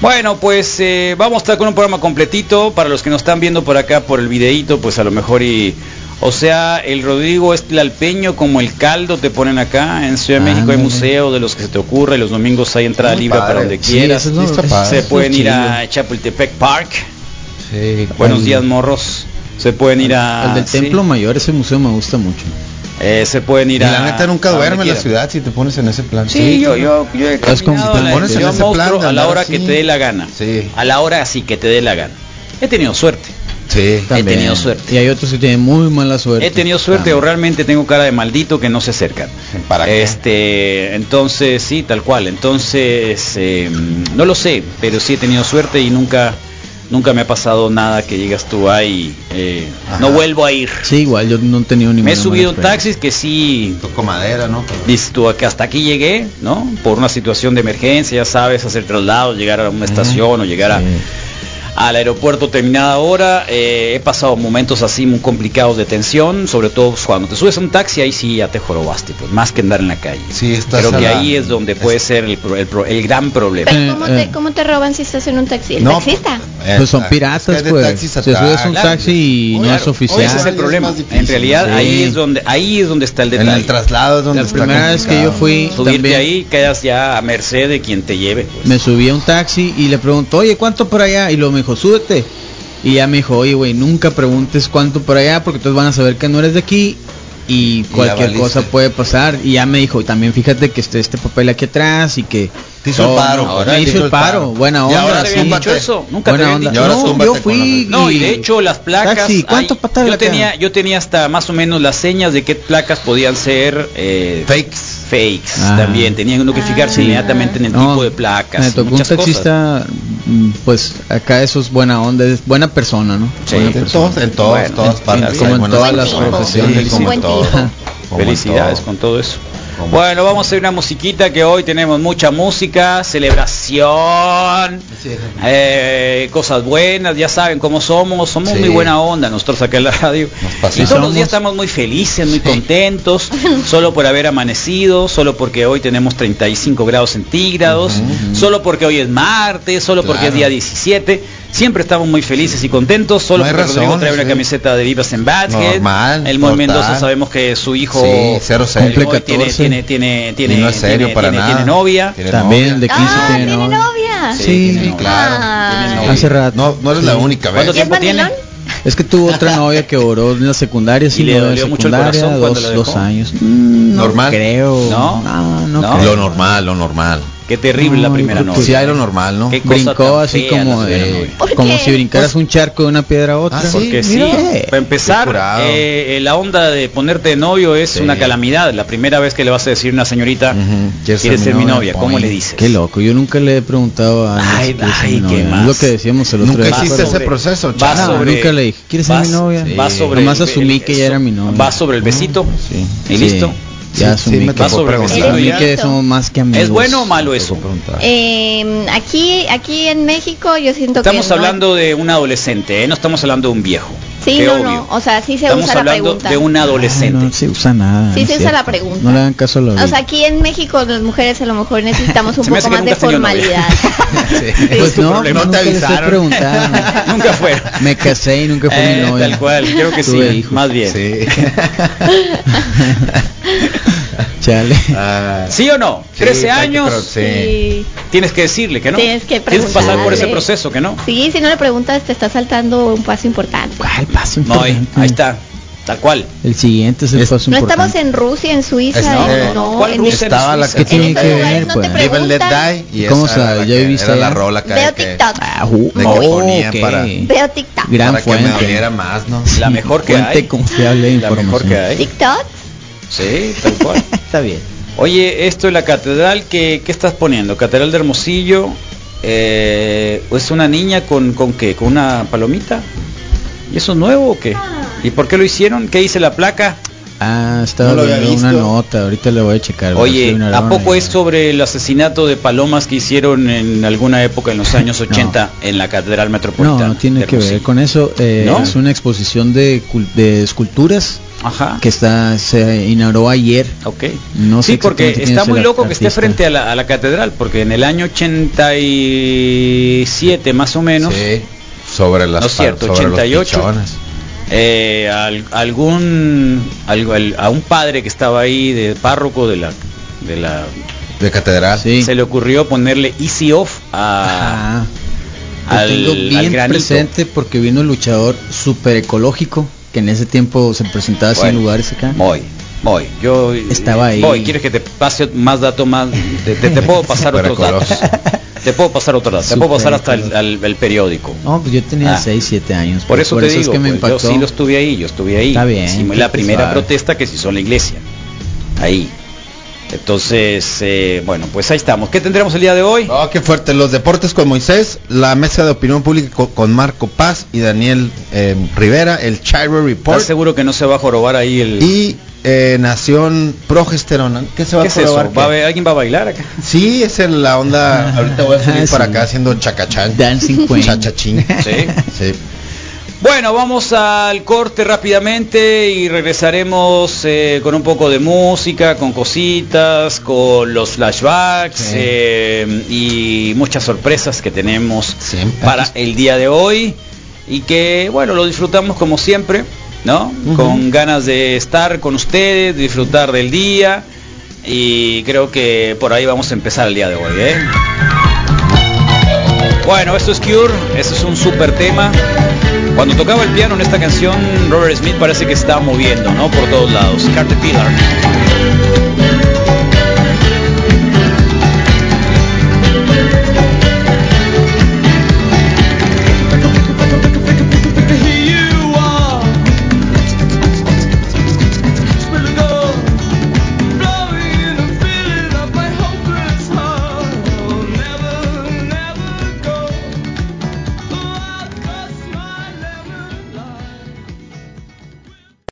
Bueno, pues eh, vamos a estar con un programa completito. Para los que nos están viendo por acá por el videíto, pues a lo mejor y O sea, el Rodrigo es tlalpeño como el caldo te ponen acá. En Ciudad de México hay museo de los que se te ocurre. Los domingos hay entrada
Muy
libre
padre.
para donde
Sí,
quieras.
eso no- eso está
se
padre.
pueden ir
Chido.
a Chapultepec Park. Buenos días, morros. Se pueden ir a...
El del
sí.
Templo Mayor, ese museo me gusta mucho.
Eh, se pueden ir
Y
a...
la neta nunca
a donde
duerme la
quieras.
ciudad si te pones en ese plan.
Sí, yo, yo, yo he
Estás como
caminado
que
a la,
pones en
yo
ese
mostro
plan de
a la
andar
hora
así.
que te dé la gana. A la hora así que te dé la gana. He tenido suerte.
Sí,
He tenido suerte.
Y hay otros que tienen muy mala suerte.
He tenido suerte o realmente tengo cara de maldito que no se acercan.
Ah. ¿Para qué?
Este, entonces sí, tal cual. Entonces eh, no lo sé, pero sí he tenido suerte y nunca nunca me ha pasado nada que llegas tú ahí. eh, no vuelvo a ir.
Sí, igual yo no he tenido ninguna
Me he subido en
mala
taxis que sí
Toco madera, ¿no?
Dices tú, que hasta aquí llegué, ¿no? Por una situación de emergencia, ya sabes, hacer traslado, llegar a una estación o llegar a- al aeropuerto terminada hora. Eh, he pasado momentos así muy complicados de tensión, sobre todo pues, cuando te subes a un taxi, ahí sí ya te jorobaste, pues más que andar en la calle.
Sí, estás
Creo
a
que
la-
ahí es donde puede ser el, pro- el pro- el gran problema.
Pero ¿cómo, te, ¿cómo te roban si estás en un taxi? ¿El
No,
taxista?
suerte. Pues son piratas, pues. Te subes a un taxi y no es oficial.
Ese es el problema. en realidad
Sí.
ahí es donde ahí es donde está el
En
detalle.
el
traslado
donde La está primera vez que complicado. yo fui,
subirte
también-
ahí quedas ya a merced de quien te lleve. pues.
Me subí a un taxi y le preguntó, oye, ¿cuánto por allá? Y luego me dijo, súbete. Y ya me dijo, oye, güey, nunca preguntes cuánto por allá porque todos van a saber que no eres de aquí y
la
cualquier
valiste.
cosa puede pasar. Y ya me dijo, y también fíjate que esté este papel aquí atrás y que...
Te hizo el
todo,
paro,
no,
ahora
me
te
hizo el paro, buena
Y
onda.
ahora
sí.
te habían dicho eso, nunca
Buena
te habían
onda.
dicho.
No,
eso.
yo fui...
No, y de hecho las placas.
Taxi, ¿cuánto
ay,
patada
yo
la
tenía, yo tenía hasta más o menos las señas de qué placas podían ser eh,
fakes.
Fakes también. Tenían uno que fijarse inmediatamente en el
Ah. No,
tipo de placas.
Me tocó un
muchas cosas.
taxista, mm, pues acá eso es buena onda, es buena persona, ¿no?
Sí.
Buena
En
persona.
todos- en todos- todas partes hay
Como en
buenas
todas las
personas.
profesiones.
Sí, como en todo.
<laughs>
<laughs>
Como en
Felicidades
todo.
con todo eso. Bueno, vamos a hacer una musiquita que hoy tenemos mucha música, celebración, eh, cosas buenas, ya saben cómo somos, somos
Sí.
muy buena onda nosotros acá en la radio. Y
pasamos.
todos los días estamos muy felices, muy contentos, solo por haber amanecido, solo porque hoy tenemos 35 grados centígrados, solo porque hoy es martes, solo porque es
Claro.
día 17. Siempre estamos muy felices y contentos, solo
No hay
porque Rodrigo
razones,
trae una
sí.
camiseta de Vivas en Badhead.
Normal,
El Moy
total.
Mendoza sabemos que su hijo
Sí, cero, cero.
el Moy
Cumple
tiene,
14.
tiene, tiene, tiene,
no es serio
tiene-
para
tiene-
nada.
tiene novia.
Tiene
También
novia.
el de 15 tiene
Ah, ¿Tiene
novia.
novia?
Sí,
Sí, claro.
Ah.
Tiene
Hace
novia.
rato.
No, no eres la única,
¿Cuánto
¿ves?
¿Y es
tiempo tiene?
mandilón?
Es que tuvo otra novia que oró en la secundaria, sí,
le
no, en
dolió mucho el
secundaria,
corazón cuando
dos,
la dejó?
dos años. Mm, no
¿Normal?
Creo.
No.
no, no
No.
creo.
Lo normal, lo normal.
Qué terrible la
No,
primera
yo creo
novia.
que
Sí, hay lo normal, ¿no?
Qué cosa
Brincó
tan
así
fea
como
la primera
de-
novia.
¿Por
como
qué?
si brincaras un charco de una piedra a otra.
Ah, sí,
Porque sí,
mira.
para empezar,
Qué curado.
eh, eh, la onda de ponerte de novio es una calamidad. La primera vez que le vas a decir a una señorita,
Ujú,
¿quieres ser, mi novia? ¿Cómo le dices?
Qué loco, yo nunca le he preguntado a Alex
Ay,
que es
ay,
mi
qué
novia.
más.
Es lo que decíamos el otro
Nunca
día.
Va
hiciste ese
sobre-
proceso,
va
No,
chava.
sobre-
nunca le dije, ¿quieres ser
vas-
mi novia?
sí. va sobre
Nomás
el-
asumí que ella era mi novia. Ah,
Va sobre el besito.
Sí.
¿Y listo?
Sí, ya
Sí,
asumí
sí, me
que,
tocó
sobre el
preguntar.
vecino
asumí
ya.
que somos más que amigos.
¿Es bueno o malo eso?
Eh, aquí, aquí en México yo siento que...
Estamos
no.
hablando de un adolescente, ¿eh? no estamos hablando de un viejo.
Sí,
Qué
no,
obvio.
no. O sea, sí se
Estamos
usa la
hablando
pregunta.
de un
Ay,
adolescente.
no se usa nada.
Sí,
no es
se usa
cierto.
la pregunta.
No le hagan caso a la
O sea, aquí en México las mujeres a lo mejor necesitamos un
Se me hace
poco
que
más de
nunca has tenido
formalidad.
<laughs> Pues
tu
no,
problema.
no te avisaron.
<laughs> nunca fueron.
Ah, Me casé y nunca fui
Eh,
mi novia.
tal cual, creo que sí,
Tuve hijos.
más bien. Sí.
Sí.
<laughs>
Chale.
Ah,
o no?
sí,
13
hay que
años,
pro- Sí.
Sí.
tienes que decirle que no.
Tienes que
pasar por ese
preguntarle.
proceso que no.
Sí, si no le preguntas te está saltando un paso importante.
¿Cuál paso
No, ahí,
importante?
ahí está, tal cual.
El siguiente es el paso
No estamos
importante.
en Rusia, en Suiza,
Este,
en- no,
¿Cuál
en
Rusia?
Estaba la
En
que
¿Qué tiene
esos
que
lugares
ver,
no
pues?
te
Live and Let
preguntan.
Die y
¿Cómo
esa era
sabe?
la
¿Ya
que-
viviste
era la
allá?
rola que,
Veo
que-
TikTok.
Ah, ju-
de que
oh,
ponían
ok.
para-
Veo TikTok.
Gran
para que
fuente.
me doliera más, ¿no?
La mejor que
Fuente
hay.
confiable de
La mejor
información.
que hay.
TikTok.
Sí, tal cual.
<laughs> Está bien.
Oye, esto de la catedral, ¿qué, qué estás poniendo? Catedral de Hermosillo. eh, ¿Es una niña con, con qué? ¿Con una palomita? ¿Y eso es nuevo o qué? ¿Y por qué lo hicieron? ¿Qué dice la placa?
Ah, estaba
No lo había
viendo una
visto.
nota, ahorita le voy a checar.
Oye,
Barcelona,
¿a poco
Arona,
es sobre el asesinato de palomas que hicieron en alguna época en
<laughs>
los años 80 en la Catedral Metropolitana?
No, no tiene
de
que ver
Hermosillo?
con eso. eh,
¿No?
Es una exposición de, cul- de esculturas
Ajá.
que está se inauguró ayer.
Ok.
No sé
sí, porque
exactamente quién
está
es
muy
el
loco que esté
artista.
frente a la, a la catedral, porque en el año 87 más o menos,
Sí. Sobre las
No es
pal-
cierto,
sobre los
88.
pichones.
eh, al- algún algo- al- a un padre que estaba ahí de párroco de la de la
de catedral
se le ocurrió ponerle easy off a Ah.
Lo
al,
tengo
al
bien
granito.
presente porque vino el luchador super ecológico que en ese tiempo se presentaba así en
Bueno,
lugares acá.
Moy, Moy, yo eh,
Estaba ahí.
Voy, quieres que te pase más datos más te, te- te puedo
<laughs>
pasar otros datos. Te puedo pasar otros datos, te puedo pasar hasta el, al- el periódico.
No, pues yo tenía
Ah.
6, 7 años.
Por eso te digo,
es que me
pues,
impactó.
yo sí lo estuve ahí, yo estuve ahí.
Está bien,
Hicimos
qué
la primera
pesar.
protesta que se hizo en la iglesia. Ahí. Entonces, eh, bueno, pues ahí estamos. ¿Qué tendremos el día de hoy?
Oh, qué fuerte. Los deportes con Moisés, la mesa de opinión pública co- con Marco Paz y Daniel eh, Rivera, el Chiro Report
¿Estás seguro que no se va a jorobar ahí el...
y eh, Nación Progesterona. ¿Qué se va
¿Qué
a
es eso?
jorobar?
¿Va a haber- ¿Alguien va a bailar acá?
Sí, es en la onda. Ahorita voy a salir para acá haciendo chacachán.
Dancing Queen.
Chachachín.
Sí.
Sí.
Bueno, vamos al corte rápidamente y regresaremos eh, con un poco de música, con cositas, con los flashbacks eh, y muchas sorpresas que tenemos para el día de hoy y que, bueno, lo disfrutamos como siempre, ¿no? Con ganas de estar con ustedes, disfrutar del día y creo que por ahí vamos a empezar el día de hoy, ¿eh? Bueno, esto es Cure, este es un super tema. Cuando tocaba el piano en esta canción, Robert Smith parece que estaba moviendo, ¿no? Por todos lados. Caterpillar.